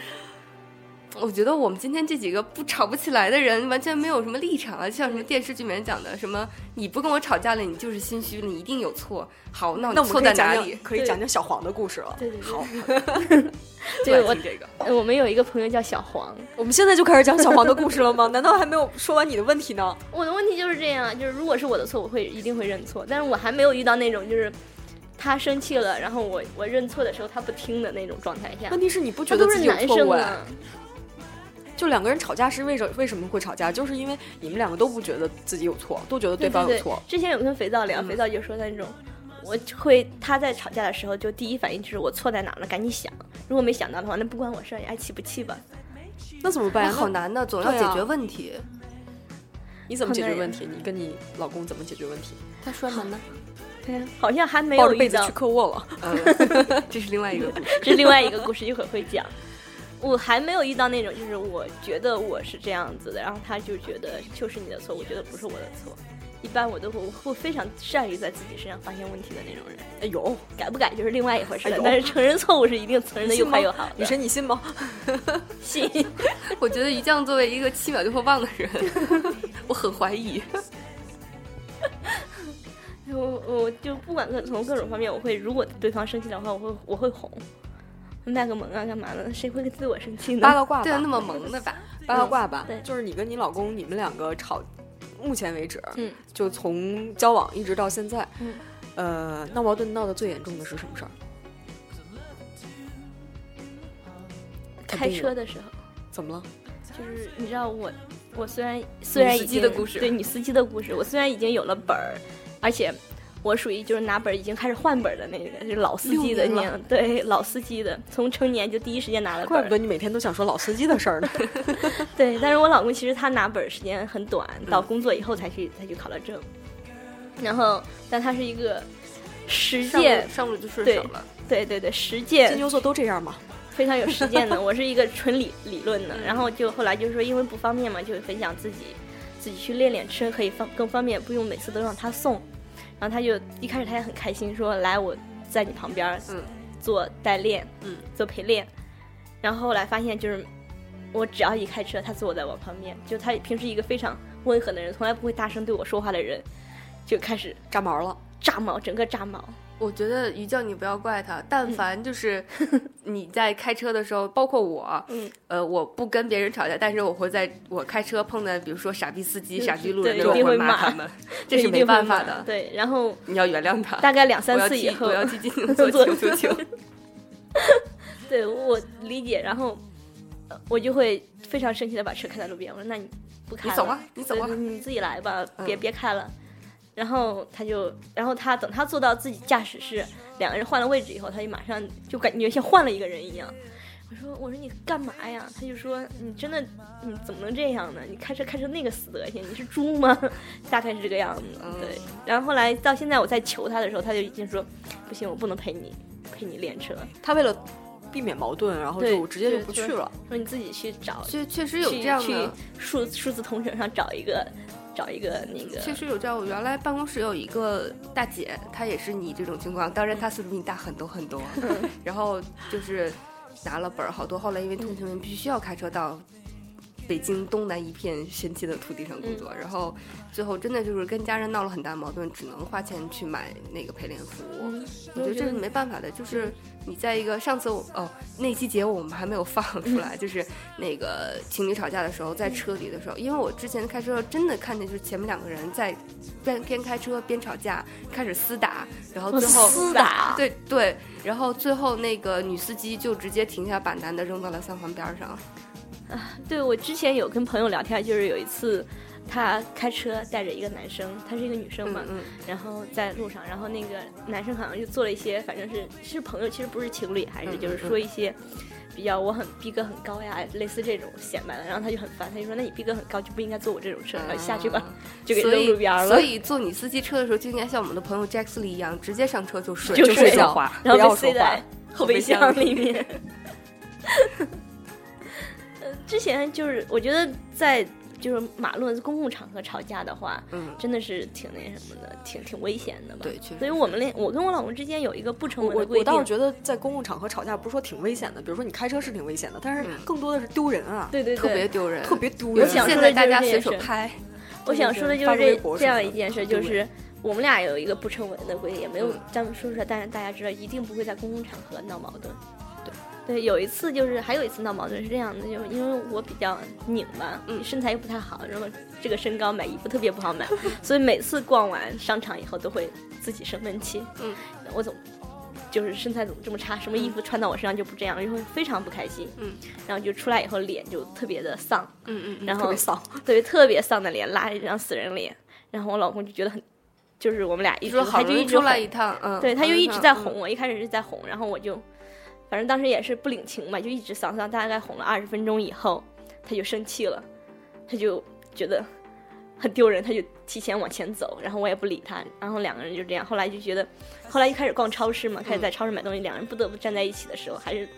Speaker 5: 我觉得我们今天这几个不吵不起来的人，完全没有什么立场啊，就像什么电视剧里面讲的，什么你不跟我吵架了，你就是心虚，你一定有错。好，那
Speaker 4: 那
Speaker 5: 你
Speaker 4: 我
Speaker 5: 错
Speaker 4: 们可
Speaker 5: 在
Speaker 4: 以讲
Speaker 5: 哪
Speaker 4: 讲
Speaker 5: 里？，
Speaker 4: 可以
Speaker 3: 对
Speaker 4: 讲讲小黄的故事了。
Speaker 3: 对对对
Speaker 4: 好，
Speaker 3: 对
Speaker 4: 我
Speaker 3: 我
Speaker 4: 爱听这个，
Speaker 3: 呃我们有一个朋友叫小黄，
Speaker 4: 我们现在就开始讲小黄的故事 了吗？难道还没有说完你的问题呢？
Speaker 3: 我的问题就是这样，啊就是如果是我的错，我会一定会认错，但是我还没有遇到那种就是他生气了，然后我我认错的时候他不听的那种状态下
Speaker 4: 问。题是你不
Speaker 3: 他
Speaker 4: 觉得
Speaker 3: 都
Speaker 4: 自
Speaker 3: 是
Speaker 4: 己有
Speaker 3: 男
Speaker 4: 错
Speaker 3: 生
Speaker 4: 误哎？
Speaker 3: 啊，
Speaker 4: 就两个人吵架是为什为什么会吵架？就是因为你们两个都不觉得自己有错，都觉得
Speaker 3: 对
Speaker 4: 方
Speaker 3: 对对
Speaker 4: 有错。。
Speaker 3: 之前有跟肥皂聊，
Speaker 4: 嗯
Speaker 3: 肥皂就说那种，我就会他在吵架的时候，就第一反应就是我错在哪儿了，赶紧想。如果没想到的话，那不关我事儿，爱气不气吧。
Speaker 4: 那怎么办
Speaker 5: 那
Speaker 4: 呀？
Speaker 5: 哎好
Speaker 4: 那
Speaker 5: 难的，总要
Speaker 4: 对啊
Speaker 5: 解决问题。
Speaker 4: 你怎么
Speaker 3: 好
Speaker 4: 解决
Speaker 3: 难呀
Speaker 4: 问题？你跟你老公怎么解决问题？
Speaker 5: 他摔门呢？
Speaker 3: 对呀，好像还没
Speaker 4: 抱
Speaker 3: 有
Speaker 4: 着被
Speaker 3: 遇
Speaker 4: 子
Speaker 3: 到
Speaker 4: 去，客卧了。
Speaker 5: 呃， 这是另外一个故事。
Speaker 3: 这是另外一个故事，一会儿会讲。我还没有遇到那种，就是我觉得我是这样子的，然后他就觉得就是你的错，我觉得不是我的错。一般我都会我会非常善于在自己身上发现问题的那种人，
Speaker 4: 哎呦，
Speaker 3: 改不改就是另外一回事
Speaker 4: 哎
Speaker 3: 了
Speaker 4: 呦。
Speaker 3: 但是承认错误是一定承认的
Speaker 4: 你
Speaker 3: 又
Speaker 4: 信
Speaker 3: 快
Speaker 4: 吗
Speaker 3: 又好的。
Speaker 4: 女神，你信吗？
Speaker 3: 信，
Speaker 5: 我觉得于酱作为一个七秒就会忘的人， 我很怀疑。
Speaker 3: 我我就不管各从各种方面，我会如果对方生气的话，我会我会哄，卖个萌啊，干嘛的？谁会自我生气
Speaker 4: 八
Speaker 3: 呢？
Speaker 4: 道卦吧，
Speaker 5: 对啊，那么萌的吧？
Speaker 4: 八道卦吧
Speaker 3: 嗯，对
Speaker 4: 就是你跟你老公，你们两个吵，目前为止，
Speaker 3: 嗯，
Speaker 4: 就从交往一直到现在，
Speaker 3: 嗯，
Speaker 4: 呃，闹矛盾闹得最严重的是什么事儿？
Speaker 3: 开车的时候，
Speaker 4: 怎么了？
Speaker 3: 就是你知道我，我虽然虽然已
Speaker 5: 司
Speaker 3: 经
Speaker 5: 机的故事
Speaker 3: 对女司机的故事，我虽然已经有了本儿，而且我属于就是拿本儿已经开始换本儿的那个，就是老司机的
Speaker 5: 六
Speaker 3: 那
Speaker 5: 年了
Speaker 3: 样，对老司机的，从成年就第一时间拿了本
Speaker 4: 怪
Speaker 3: 儿
Speaker 4: 不得，你每天都想说老司机的事儿 呢。
Speaker 3: 对，但是我老公其实他拿本儿时间很短，
Speaker 5: 嗯
Speaker 3: 到工作以后才去才去考了证，然后但他是一个实
Speaker 5: 上
Speaker 3: 践
Speaker 5: 路上路就顺
Speaker 3: 对
Speaker 5: 手了。
Speaker 3: 对对对，实
Speaker 4: 金
Speaker 3: 践
Speaker 4: 牛座都这样嘛？
Speaker 3: 非常有实践 的，我是一个纯理理论
Speaker 5: 嗯
Speaker 3: 的。然后就后来就是说，因为不方便嘛，就分享自己自己去练练车，可以方更方便，不用每次都让他送。然后他就一开始他也很开心，说来我在你旁边儿，
Speaker 5: 嗯
Speaker 3: 做代练，
Speaker 5: 嗯，
Speaker 3: 做陪练。然后后来发现就是，我只要一开车，他坐在我旁边，就他平时一个非常温和的人，从来不会大声对我说话的人，就开始
Speaker 4: 炸毛了，
Speaker 3: 炸毛，整个炸毛。
Speaker 5: 我觉得于酱你不要怪
Speaker 3: 嗯
Speaker 5: 他，但凡就是 你在开车的时候，包括我，
Speaker 3: 嗯
Speaker 5: 呃，我不跟别人吵架，但是我会在我开车碰到，比如说傻逼司 机、
Speaker 3: 对
Speaker 5: 傻逼路人
Speaker 3: 对
Speaker 5: 的时候，
Speaker 3: 一定
Speaker 5: 我
Speaker 3: 会
Speaker 5: 骂
Speaker 3: 骂
Speaker 5: 他们，这是
Speaker 3: 一
Speaker 5: 没
Speaker 3: 定会
Speaker 5: 办法
Speaker 3: 骂
Speaker 5: 的，
Speaker 3: 对，然后
Speaker 5: 你要原谅他。
Speaker 3: 大概两
Speaker 5: 我
Speaker 3: 三
Speaker 5: 要
Speaker 3: 次以
Speaker 5: 替
Speaker 3: 后，
Speaker 5: 我要替 金牛座
Speaker 3: 做
Speaker 5: 求求 求。
Speaker 3: 对我理解，然后呃我就会非常生气的把车开在路边，我说那你不开
Speaker 5: 你
Speaker 3: 了
Speaker 5: 走啊，你走啊
Speaker 3: 对，你自己来吧，
Speaker 5: 嗯
Speaker 3: 别别开了。然后他就，然后他等他坐到自己驾驶室，两个人换了位置以后，他就马上就感觉像换了一个人一样。我说我说你干嘛呀？他就说你真的你怎么能这样呢？你开车开成那个死德行，你是猪吗？ 大概是这个样子。
Speaker 5: 嗯
Speaker 3: 对，然后后来到现在我在求他的时候，他就已经说不行，我不能陪你陪你练车，
Speaker 4: 他为了避免矛盾，然后
Speaker 3: 对
Speaker 4: 就直接就
Speaker 3: 对
Speaker 4: 不
Speaker 3: 就
Speaker 4: 去了。
Speaker 3: 说你自己去找
Speaker 5: 确确实有
Speaker 3: 去
Speaker 5: 这样
Speaker 3: 去
Speaker 5: 的，
Speaker 3: 数数字同城上找一个找一个那个，
Speaker 5: 确实有这样。我原来办公室有一个大姐，她也是你这种情况，当然她岁数比你大很多 很多，
Speaker 3: 嗯
Speaker 5: 然后就是拿了本儿好多，后来因为通勤原因必须要开车到。北京东南一片神奇的土地上工
Speaker 3: 嗯
Speaker 5: 作，然后最后真的就是跟家人闹了很大矛盾，只能花钱去买那个陪练服务。
Speaker 3: 嗯
Speaker 5: 我觉得这是
Speaker 3: 我觉得
Speaker 5: 没办法的，就是你在一个上次我哦那期节目我们还没有放出
Speaker 3: 嗯
Speaker 5: 来，就是那个情侣吵架的时候，在车里的时候，因为我之前开车真的看见就是前面两个人在边边开车边吵架，开始厮打，然后最后
Speaker 3: 哦厮打
Speaker 5: 对对，然后最后那个女司机就直接停下，把男的扔到了三环边儿上。
Speaker 3: 对我之前有跟朋友聊天，就是有一次她开车带着一个男生，她是一个女生嘛，
Speaker 5: 嗯嗯，
Speaker 3: 然后在路上，然后那个男生好像就做了一些，反正是是朋友，其实不是情侣，还是
Speaker 5: 嗯嗯
Speaker 3: 就是说一些比较我很逼格很高呀，类似这种显摆的，然后他就很烦，他就说那你逼格很高就不应该坐我这种车，然后下去吧，
Speaker 5: 啊
Speaker 3: 就给扔路边了。
Speaker 5: 所以所以坐你司机车的时候，就应该像我们的朋友 Jax Lee 一样，直接上车就睡，
Speaker 3: 就
Speaker 5: 睡
Speaker 3: 睡
Speaker 5: 觉
Speaker 3: 觉
Speaker 5: 话。
Speaker 3: 然
Speaker 4: 不
Speaker 3: 后
Speaker 4: 要
Speaker 3: 被塞
Speaker 4: 说话
Speaker 3: 在后备箱里面。呃之前就是我觉得在就是马路公共场合吵架的话，
Speaker 4: 嗯，
Speaker 3: 真的是挺那什么的，挺挺危险的吧？
Speaker 5: 对确实
Speaker 3: 所以我们连我跟我老公之间有一个不成
Speaker 4: 我
Speaker 3: 文的
Speaker 4: 我
Speaker 3: 规
Speaker 4: 我
Speaker 3: 定
Speaker 4: 倒是。觉得在公共场合吵架，不是说挺危险的，比如说你开车是挺危险的，但是
Speaker 5: 嗯
Speaker 4: 更多的是丢人啊，
Speaker 3: 对对对，
Speaker 5: 特别丢人，
Speaker 4: 特别丢
Speaker 3: 我
Speaker 4: 人。啊
Speaker 3: 想
Speaker 5: 现
Speaker 3: 说
Speaker 5: 在
Speaker 3: 的就
Speaker 5: 大
Speaker 3: 是
Speaker 5: 家
Speaker 3: 这
Speaker 5: 随
Speaker 3: 件
Speaker 5: 手
Speaker 3: 事
Speaker 5: 拍，
Speaker 3: 我想说的就
Speaker 4: 发
Speaker 3: 是
Speaker 4: 个微博
Speaker 3: 这这
Speaker 4: 什
Speaker 3: 样
Speaker 4: 么的
Speaker 3: 一件事，
Speaker 4: 对
Speaker 3: 就是我们俩有一个不成文的规定，也没有
Speaker 4: 嗯
Speaker 3: 这样说出来，但是大家知道一定不会在公共场合闹矛盾。对，有一次就是还有一次闹矛盾是这样的，就是因为我比较拧吧，
Speaker 5: 嗯
Speaker 3: 身材又不太好，然后这个身高买衣服特别不好买， 所以每次逛完商场以后都会自己生闷气。
Speaker 5: 嗯，
Speaker 3: 我总就是身材怎么这么差，什么衣服穿到我身上就不这样，就会非常不开心。
Speaker 5: 嗯，
Speaker 3: 然后就出来以后脸就特别的丧，
Speaker 5: 嗯嗯
Speaker 3: 然
Speaker 4: 特
Speaker 3: 后
Speaker 4: 别丧，
Speaker 3: 对，特别丧的脸，拉一张死人脸。然后我老公就觉得很，就是我们俩一
Speaker 5: 嗯，
Speaker 3: 直
Speaker 5: 说好
Speaker 3: 他
Speaker 5: 不
Speaker 3: 就
Speaker 5: 容
Speaker 3: 一
Speaker 5: 易
Speaker 3: 直
Speaker 5: 出来
Speaker 3: 哄
Speaker 5: 一趟，嗯，
Speaker 3: 对，他就
Speaker 5: 好
Speaker 3: 一直在
Speaker 5: 嗯
Speaker 3: 哄我，一开始是在哄，然后我就，反正当时也是不领情嘛，就一直丧丧，大概哄了二十分钟以后，他就生气了，他就觉得很丢人，他就提前往前走，然后我也不理他，然后两个人就这样，后来就觉得，后来就开始逛超市嘛，开始
Speaker 5: 嗯
Speaker 3: 在超市买东西，两人不得不站在一起的时候，还是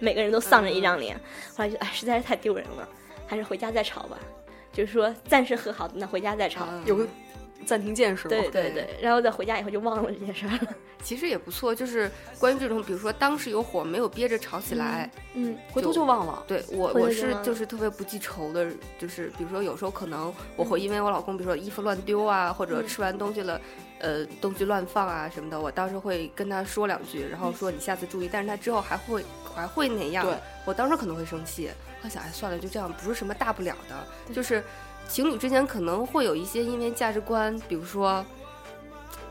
Speaker 3: 每个人都丧着一
Speaker 5: 嗯
Speaker 3: 张脸，后来就哎，实在是太丢人了，还是回家再吵吧，就是说暂时和好，那回家再吵。
Speaker 5: 嗯哦
Speaker 4: 有个暂停键是吗？
Speaker 3: 对对
Speaker 5: 对
Speaker 3: 对，然后再回家以后就忘了这件事儿了。
Speaker 5: 其实也不错，就是关于这种，比如说当时有火没有憋着吵起来，
Speaker 3: 嗯，
Speaker 4: 回头就忘了。
Speaker 5: 对我
Speaker 3: 会
Speaker 5: 我
Speaker 3: 有这
Speaker 5: 是
Speaker 3: 样
Speaker 5: 就是特别不记仇的，就是比如说有时候可能我会因为我老公比如说衣服乱丢啊，或者
Speaker 3: 嗯
Speaker 5: 吃完东西了，呃东西乱放啊什么的，我当时会跟他说两句，然后说你下次注意，但是他之后还会还会那样
Speaker 4: 对，
Speaker 5: 我当时可能会生气，我想哎算了就这样，不是什么大不了的，就是情侣之间可能会有一些因为价值观，比如说。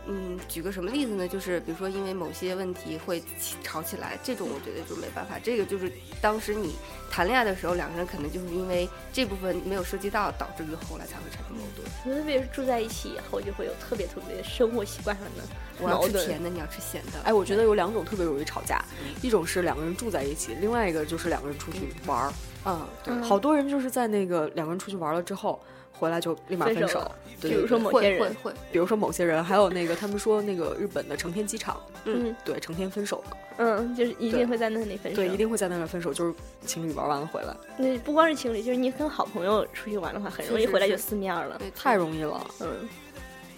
Speaker 5: 嗯，举个什么例子呢？就是比如说，因为某些问题会起吵起来，这种我觉得就没办法。这个就是当时你谈恋爱的时候，两个人可能就是因为这部分没有涉及到，导致于后来才会产生矛盾。
Speaker 3: 我觉得特别是住在一起以后，就会有特别特别生活习惯上的
Speaker 5: 我要
Speaker 3: 矛
Speaker 5: 吃
Speaker 3: 盾。
Speaker 5: 甜的，你要吃咸的。
Speaker 4: 哎，我觉得有两种特别容易吵架，
Speaker 3: 嗯
Speaker 4: 一种是两个人住在一起，另外一个就是两个人出去玩儿。
Speaker 5: 嗯，对，
Speaker 3: 嗯
Speaker 4: 好多人就是在那个两个人出去玩了之后，回来就立马
Speaker 3: 分
Speaker 4: 分
Speaker 3: 手
Speaker 4: 手
Speaker 3: 了。
Speaker 4: 对
Speaker 3: 比如
Speaker 4: 对
Speaker 3: 说
Speaker 4: 对
Speaker 3: 某些
Speaker 5: 会
Speaker 3: 人
Speaker 5: 会会，
Speaker 4: 比如说某些人，还有那个他们说那个日本的成田机场，
Speaker 3: 嗯
Speaker 4: 对，成天分手嘛，
Speaker 3: 嗯，就是一
Speaker 4: 对
Speaker 3: 定会在那里分手。
Speaker 4: 对，一。定会在那边分手，就是情侣玩完了回来，
Speaker 3: 那不光是情侣，就是你跟好朋友出去玩的话，很
Speaker 5: 是
Speaker 3: 容易
Speaker 5: 是
Speaker 3: 回来就是撕面儿了。
Speaker 5: 对
Speaker 4: 太
Speaker 5: 容
Speaker 4: 容易了。
Speaker 3: 嗯，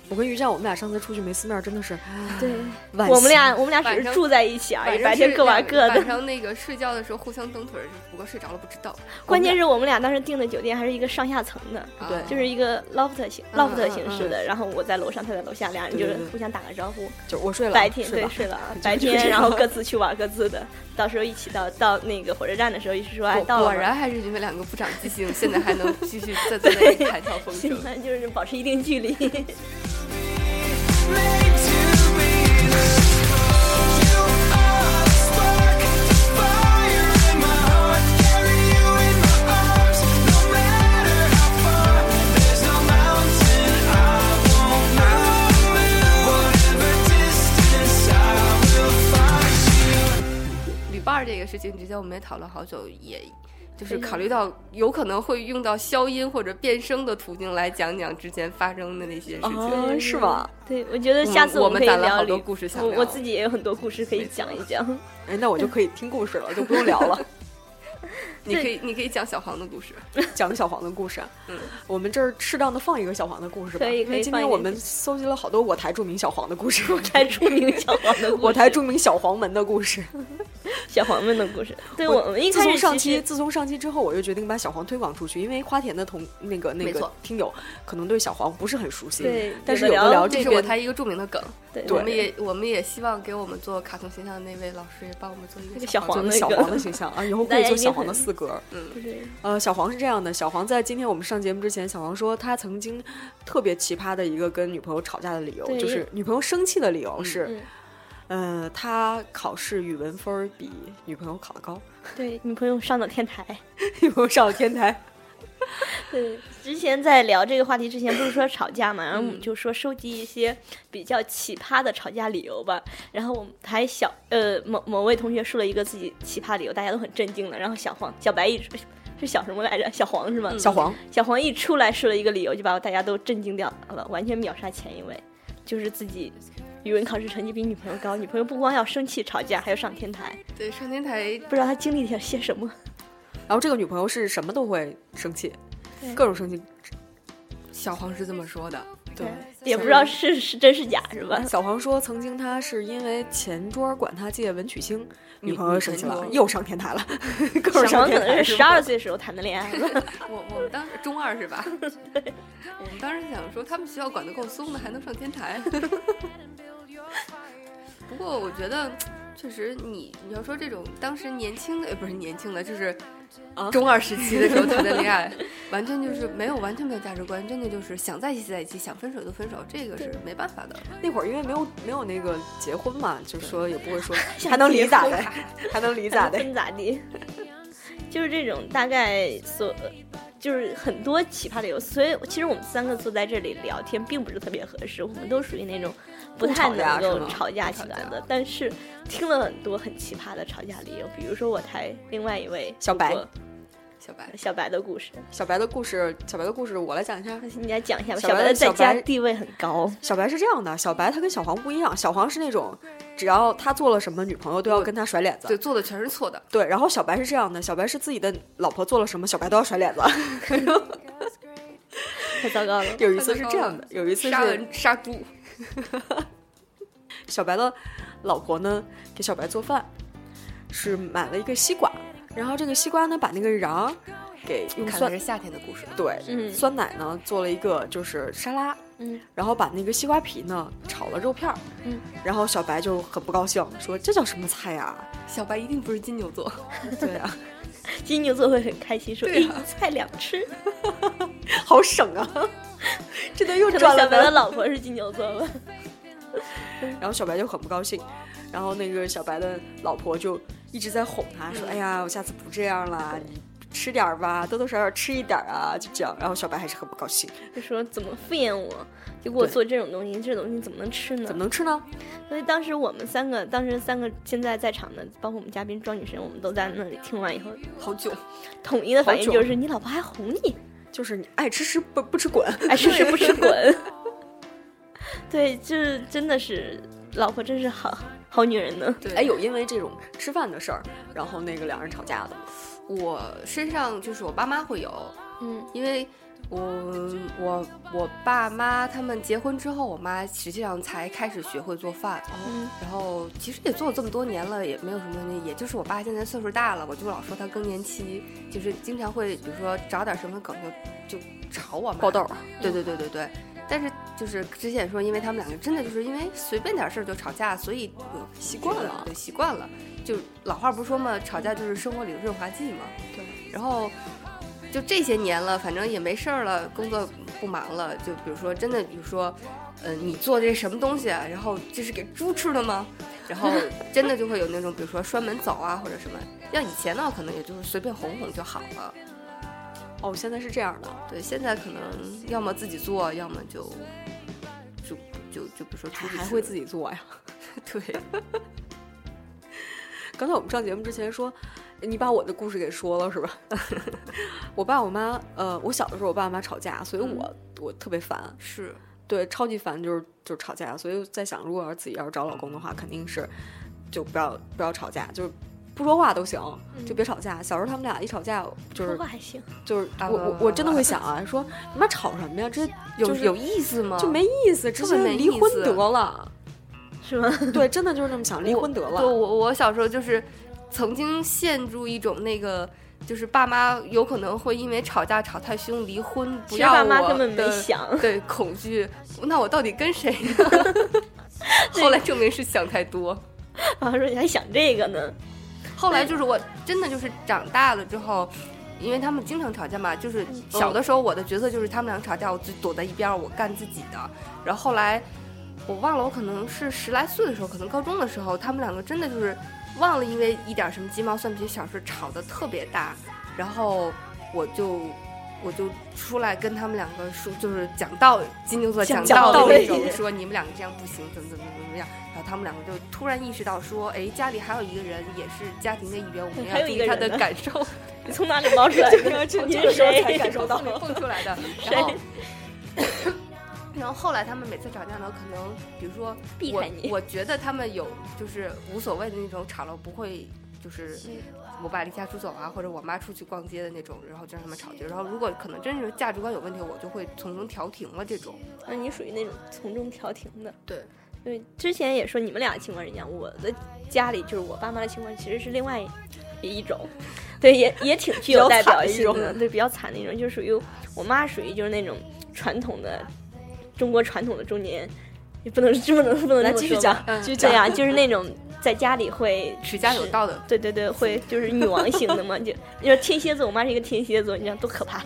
Speaker 4: 我跟于战，我们俩上次出去没撕面，真的是
Speaker 3: 对，
Speaker 4: 惋惜。
Speaker 3: 我们俩我们俩
Speaker 5: 晚
Speaker 3: 只是
Speaker 5: 上
Speaker 3: 住在一起而已，白天各玩各
Speaker 5: 晚
Speaker 3: 的。
Speaker 5: 上那个睡觉的时候互相蹬腿儿，不过睡着了不知道。
Speaker 3: 关键是我们俩当时订的酒店还是一个上下层的，
Speaker 5: 啊
Speaker 4: 对
Speaker 3: 就是一个 loft 形
Speaker 5: 嗯
Speaker 3: loft
Speaker 5: 嗯
Speaker 3: 形
Speaker 5: 嗯
Speaker 3: 式的，然后我在楼上，他在楼下，俩人
Speaker 4: 对
Speaker 3: 就
Speaker 4: 对
Speaker 3: 是
Speaker 4: 对
Speaker 3: 互相打个招呼。
Speaker 4: 就我睡了，
Speaker 3: 白天
Speaker 4: 睡
Speaker 3: 对
Speaker 4: 吧
Speaker 3: 睡 了啊
Speaker 4: 就，
Speaker 3: 白
Speaker 4: 是这
Speaker 3: 天然
Speaker 4: 样
Speaker 3: 后各自去玩各自的，到时候一起到到那个火车站的时候，一起说哎
Speaker 5: 果
Speaker 3: 到了
Speaker 5: 果
Speaker 3: 吗
Speaker 5: 然还是你们两个不长记性，现在还能继续再坐在一起谈笑风
Speaker 3: 喜
Speaker 5: 生。
Speaker 3: 欢就是保持一定距离。
Speaker 5: 旅伴儿这个事情，之前我们也讨论好久，也就是
Speaker 3: 非常
Speaker 5: 考虑到有可能会用到消音或者变声的途径来讲讲之前发生的那些事情。
Speaker 3: 哦
Speaker 4: 啊，是吗？
Speaker 3: 对，我觉得
Speaker 5: 我
Speaker 3: 下
Speaker 5: 们
Speaker 3: 次
Speaker 5: 我
Speaker 3: 们
Speaker 5: 们
Speaker 3: 可以
Speaker 5: 攒了
Speaker 3: 聊
Speaker 5: 好多
Speaker 3: 旅
Speaker 5: 故事想
Speaker 3: 我
Speaker 5: 聊
Speaker 3: 我自己也有很多故事可以讲一讲。
Speaker 4: 哎，那我就可以听故事了，就不用聊 了。
Speaker 5: 你可以，你可以讲小黄的故事。
Speaker 4: 讲小黄的故事。啊
Speaker 5: 嗯，
Speaker 4: 我们这儿适当的放一个小黄的故事吧。
Speaker 3: 可以
Speaker 4: 因
Speaker 3: 可以
Speaker 4: 为今
Speaker 3: 放一
Speaker 4: 天
Speaker 3: 个
Speaker 4: 我们搜集了好多我台著名小黄的故事，我台
Speaker 3: 太著名小黄的故事，
Speaker 4: 我台著名小黄门的故事。
Speaker 3: 小黄们的故事。 对，
Speaker 4: 我
Speaker 3: 我们一
Speaker 4: 自
Speaker 3: 开
Speaker 4: 从
Speaker 3: 始
Speaker 4: 上
Speaker 3: 其
Speaker 4: 期
Speaker 3: 实
Speaker 4: 自从上期之后，我就决定把小黄推广出去，因为花田的同那个那
Speaker 5: 没
Speaker 4: 个
Speaker 5: 错
Speaker 4: 听友可能对小黄不是很熟悉，
Speaker 3: 对
Speaker 4: 但是
Speaker 3: 有
Speaker 4: 有
Speaker 3: 的
Speaker 4: 的
Speaker 3: 聊
Speaker 4: 聊
Speaker 5: 这
Speaker 4: 这
Speaker 5: 是我
Speaker 4: 边，
Speaker 5: 台一个著名的梗。
Speaker 3: 哦对
Speaker 5: 我们也我们也希望给我们做卡通形象的那位老师也帮我们做一
Speaker 3: 那个
Speaker 5: 个
Speaker 3: 小
Speaker 5: 黄
Speaker 3: 黄
Speaker 4: 就
Speaker 5: 的。
Speaker 4: 是小黄的形象 啊，以后
Speaker 3: 大
Speaker 4: 会
Speaker 3: 家
Speaker 4: 做
Speaker 3: 一定
Speaker 4: 小黄
Speaker 3: 很
Speaker 4: 的四格。
Speaker 3: 不是
Speaker 4: 呃，小黄是这样的，小黄在今天我们上节目之前，小黄说他曾经特别奇葩的一个跟女朋友吵架的理由，
Speaker 3: 对
Speaker 4: 就是女朋友生气的理由是，
Speaker 3: 嗯
Speaker 4: 呃，他考试语文分儿比女朋友考得高，
Speaker 3: 对女朋友上了天台。
Speaker 4: 女朋友上了天台。
Speaker 3: 对，之前在聊这个话题之前，不是说吵架嘛，然后我们就说收集一些比较奇葩的吵架理由吧。然后我们还小呃某某位同学说了一个自己奇葩理由，大家都很震惊了。然后小黄小白一出是小什么来着？小黄是吗？
Speaker 4: 小黄，
Speaker 3: 小黄一出来说了一个理由，就把我大家都震惊掉了，完全秒杀前一位，就是自己语文考试成绩比女朋友高，女朋友不光要生气吵架，还要上天台，
Speaker 5: 对，上天台
Speaker 3: 不知道他经历了些什么。
Speaker 4: 然后这个女朋友是什么都会生气
Speaker 3: 对，
Speaker 4: 各种生气。
Speaker 5: 小黄是这么说的，
Speaker 4: 对，
Speaker 3: 也不知道是是真是假，是吧？
Speaker 4: 小黄说，曾经他是因为前桌管他借文曲星，女朋友生气
Speaker 5: 女
Speaker 4: 了
Speaker 5: 朋，友
Speaker 4: 又上天台了， 各
Speaker 3: 小
Speaker 4: 种上
Speaker 3: 王可
Speaker 4: 天台
Speaker 3: 能
Speaker 4: 是
Speaker 3: 是
Speaker 4: 吧
Speaker 3: 十二岁的时候谈的 恋爱了，
Speaker 5: 我我们当时中二是吧？ 对，我们当时想说他们学校管得够松的，还能上天台。 不过我觉得，确实你你要说这种当时年轻的，呃不是年轻的，就是
Speaker 4: 啊
Speaker 5: 中二时期的时候谈的恋爱，完全就是没有完全没有价值观，真的就是想在一起在一起，想分手就分手，这个是没办法的。
Speaker 4: 那会儿因为没有没有那个结婚嘛，就说也不 会说
Speaker 3: 想
Speaker 4: 还能
Speaker 3: 结
Speaker 4: 离咋
Speaker 3: 婚
Speaker 4: 的，还能离咋的。
Speaker 3: 分咋地？就是这种大概所，就是很多奇葩的有，所以其实我们三个坐在这里聊天，并不是特别合适，我们都属于那种不太
Speaker 4: 不吵架
Speaker 3: 能够
Speaker 4: 是吗
Speaker 3: 吵架起
Speaker 5: 不吵
Speaker 3: 来
Speaker 5: 架
Speaker 3: 的。但是听了很多很奇葩的吵架理由，比如说我台另外一位
Speaker 4: 小白
Speaker 3: 主播
Speaker 5: 小白，
Speaker 3: 小白的故事，
Speaker 4: 小白的故事，小白的故事我来讲一下。
Speaker 3: 你来讲一下吧。
Speaker 4: 小
Speaker 3: 小
Speaker 4: 白
Speaker 3: 白的
Speaker 4: 小
Speaker 3: 在家
Speaker 4: 白
Speaker 3: 地位很高，
Speaker 4: 小白是这样的，小白他跟小黄不一样，小黄是那种只要他做了什么，女朋友都要跟他甩脸子。
Speaker 5: 对，做的全是错的。
Speaker 4: 对，然后小白是这样的，小白是自己的老婆做了什么，小白都要甩脸 子。
Speaker 3: 太糟糕 了。
Speaker 4: 有一次是这样的，有一次
Speaker 5: 哦杀
Speaker 4: 是
Speaker 5: 人杀猪，
Speaker 4: 小白的老婆呢给小白做饭，是买了一个西瓜，然后这个西瓜呢把那个瓤儿给用
Speaker 5: 看
Speaker 4: 酸
Speaker 5: 来是夏天的故事了。
Speaker 4: 对、
Speaker 3: 嗯
Speaker 4: 酸奶呢做了一个就是沙拉，
Speaker 3: 嗯，
Speaker 4: 然后把那个西瓜皮呢炒了肉片儿，
Speaker 3: 嗯，
Speaker 4: 然后小白就很不高兴，说这叫什么菜 呀？
Speaker 5: 小白一定不是金牛座，
Speaker 4: 对啊，
Speaker 3: 金牛座会很开心，说
Speaker 5: 对
Speaker 3: 一
Speaker 5: 啊
Speaker 3: 菜两吃。
Speaker 4: 好省啊！ 这都又
Speaker 3: 可能
Speaker 4: 赚
Speaker 3: 小
Speaker 4: 了
Speaker 3: 白的
Speaker 4: 呢。
Speaker 3: 老婆是金牛座吧？
Speaker 4: 然后小白就很不高兴，然后那个小白的老婆就一直在哄他说：“哎呀，我下次不这样啦，你吃点儿吧，多多少少吃一点儿啊，就这样。”然后小白还是很不高兴，
Speaker 3: 就说怎么敷衍我，就给我
Speaker 4: 对
Speaker 3: 做这种东西，这种东西怎么能吃呢？
Speaker 4: 怎么能吃呢？
Speaker 3: 所以当时我们三个，当时三个现在在场的，包括我们嘉宾庄女神，我们都在那里听完以后，
Speaker 5: 好囧。
Speaker 3: 统一的反应
Speaker 4: 好囧
Speaker 3: 就是你老婆还哄你，
Speaker 4: 就是你爱吃吃不不吃滚。
Speaker 3: 爱吃吃不吃滚。 对，这真的是老婆，真是好好女人呢。
Speaker 5: 对，
Speaker 4: 哎，有因为这种吃饭的事儿，然后那个两人吵架的。
Speaker 5: 我身上就是我爸妈会有，
Speaker 3: 嗯，
Speaker 5: 因为我我我爸妈他们结婚之后，我妈实际上才开始学会做饭，
Speaker 3: 嗯
Speaker 5: 然后其实也做了这么多年了，也没有什么问题。也就是我爸现在岁数大了，我就老说他更年期，就是经常会比如说找点什么梗就就吵我妈
Speaker 4: 爆豆儿，
Speaker 5: 对对对对对。但是就是之前说，因为他们两个真的就是因为随便点事儿就吵架，所以我
Speaker 4: 习惯了
Speaker 5: 对，习惯了。就老话不是说嘛，吵架就是生活里的润滑剂嘛。
Speaker 4: 对。
Speaker 5: 然后就这些年了，反正也没事儿了，工作不忙了，就比如说真的，比如说，呃，你做这什么东西啊？然后这是给猪吃的吗？然后真的就会有那种，比如说摔门走啊，或者什么。要以前呢，可能也就是随便哄哄就好了。
Speaker 4: 哦，现在是这样的，
Speaker 5: 对，现在可能要么自己做，要么就就就就比如说出
Speaker 4: 还
Speaker 5: 去
Speaker 4: 还
Speaker 5: 吃
Speaker 4: 会自己做呀。
Speaker 5: 对，
Speaker 4: 刚才我们上节目之前说，你把我的故事给说了是吧？ 我爸我妈，呃，我小的时候我爸妈吵架，所以我、我特别烦，
Speaker 5: 是
Speaker 4: 对，超级烦，就是就是吵架。所以在想，如果要是自己要是找老公的话，肯定是就不要不要吵架，就是不说话都行，就别吵架。小时候他们俩一吵架，就
Speaker 3: 说
Speaker 4: 是
Speaker 3: 话还行，
Speaker 4: 就是
Speaker 5: 啊
Speaker 4: 我我我
Speaker 5: 不不
Speaker 4: 真的
Speaker 5: 不
Speaker 4: 会想啊，说你妈吵什么呀？这
Speaker 5: 有、
Speaker 4: 就是
Speaker 5: 有意思吗？
Speaker 4: 就没意思，直
Speaker 5: 特
Speaker 4: 接
Speaker 5: 啊别没
Speaker 4: 离
Speaker 5: 意
Speaker 4: 婚
Speaker 5: 思
Speaker 4: 得 了。
Speaker 3: 是吗？
Speaker 4: 对，真的就是那么想，离婚得
Speaker 5: 对，
Speaker 4: 了。
Speaker 5: 我我小时候就是曾经陷入一种那个，就是爸妈有可能会因为吵架吵太凶离婚，不
Speaker 3: 其实
Speaker 5: 要
Speaker 3: 爸妈
Speaker 5: 我
Speaker 3: 根本没
Speaker 5: 的，
Speaker 3: 想
Speaker 5: 对恐惧，那我到底 跟谁呢？后来证明是想太多。
Speaker 3: 爸妈说你还想这个呢，
Speaker 5: 后来就是我真的就是长大了之后，因为他们经常吵架嘛，就是小的时候我的角色就是他们俩吵架，我就躲在一边儿，我干自己的。然后后来我忘了，我可能是十来岁的时候，可能高中的时候，他们两个真的就是忘了，因为一点儿什么鸡毛蒜皮小事吵得特别大，然后我就。我就出来跟他们两个说，就是讲道金牛座
Speaker 3: 讲
Speaker 5: 讲道理那
Speaker 3: 道
Speaker 5: 种
Speaker 3: 理，
Speaker 5: 说你们两个这样不行，怎么怎么怎么怎么样。然后他们两个就突然意识到说，哎，家里还有一个人也是家庭的一员，我们
Speaker 3: 还
Speaker 5: 要
Speaker 3: 有
Speaker 5: 注
Speaker 3: 一
Speaker 5: 意
Speaker 3: 个
Speaker 5: 他
Speaker 3: 人
Speaker 5: 的
Speaker 3: 呢
Speaker 5: 感 受。
Speaker 3: 你从哪里冒出来的？你
Speaker 5: 这
Speaker 3: 是
Speaker 5: 个时候才
Speaker 3: 谁？
Speaker 5: 感受 到蹦出来的。然后
Speaker 3: 谁，
Speaker 5: 然后后来他们每次吵架呢，可能比如说
Speaker 3: 避
Speaker 5: 我
Speaker 3: 开你
Speaker 5: 我觉得他们有就是无所谓的那种吵了不会就是我爸离家出走啊，或者我妈出去逛街的那种，然后就让他们吵架。然后如果可能真是价值观有问题，我就会从中调停了这种。
Speaker 3: 那啊你属于那种从中调停的。
Speaker 5: 对，
Speaker 3: 因为之前也说你们俩的情况是一样，我的家里就是我爸妈的情况其实是另外一种，对，也也挺具有代表性的，对，比较惨的一种，就属于我妈属于就是那种传统的中国传统的中年，也不能不能不能
Speaker 4: 来
Speaker 3: 这么
Speaker 4: 继续
Speaker 3: 说
Speaker 4: 讲
Speaker 3: 吧，
Speaker 5: 嗯
Speaker 4: 继续
Speaker 3: 对
Speaker 4: 讲。
Speaker 3: 呀、就是那种在家里会
Speaker 5: 持家有
Speaker 3: 是
Speaker 5: 道的，
Speaker 3: 对对对， 会就是女王型的嘛，就因为天蝎座，我妈是一个天蝎座，你知道多可怕。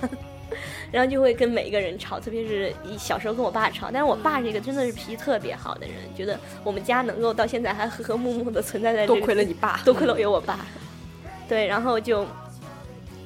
Speaker 3: 然后就会跟每一个人吵，特别是以小时候跟我爸吵，但是我爸是一个真的是脾气特别好的人，觉得我们家能够到现在还和和睦睦的存在在这
Speaker 4: 多
Speaker 3: 个，
Speaker 4: 亏了你 爸，
Speaker 3: 多亏了有我爸。对，然后就，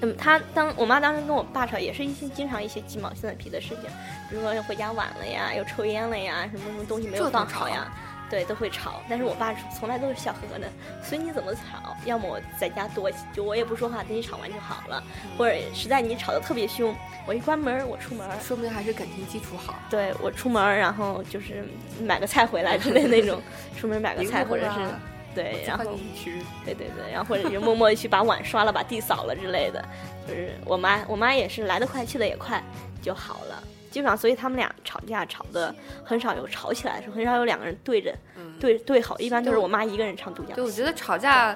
Speaker 3: 嗯，他当我妈当时跟我爸吵，也是一些经常一些鸡毛蒜皮的事情，比如说回家晚了呀，又抽烟了呀，什么什么东西没有
Speaker 5: 这都
Speaker 3: 放好
Speaker 5: 吵
Speaker 3: 呀，对，都会吵。但是我爸从来都是笑呵呵的，随你怎么吵，要么我在家躲起，就我也不说话，等你吵完就好了，
Speaker 5: 嗯
Speaker 3: 或者实在你吵得特别凶，我一关门我出门，
Speaker 5: 说明还是感情基础好。
Speaker 3: 对我出门然后就是买个菜回来之类的那种，出门买个
Speaker 5: 一
Speaker 3: 菜
Speaker 5: 户
Speaker 3: 或者
Speaker 5: 吧
Speaker 3: 是 对，然后
Speaker 5: 换你吃，
Speaker 3: 对对对，然后或者就默默地去把碗刷了、把地扫了之类的。就是我妈，我妈也是来得快去得也快就好了。基本上，所以他们俩吵架吵的很少有吵起来的时候，很少有两个人对着、
Speaker 4: 嗯
Speaker 3: 对对好，一般都是
Speaker 5: 对
Speaker 3: 我妈一个人唱独角戏。
Speaker 5: 嗯对，我觉得吵架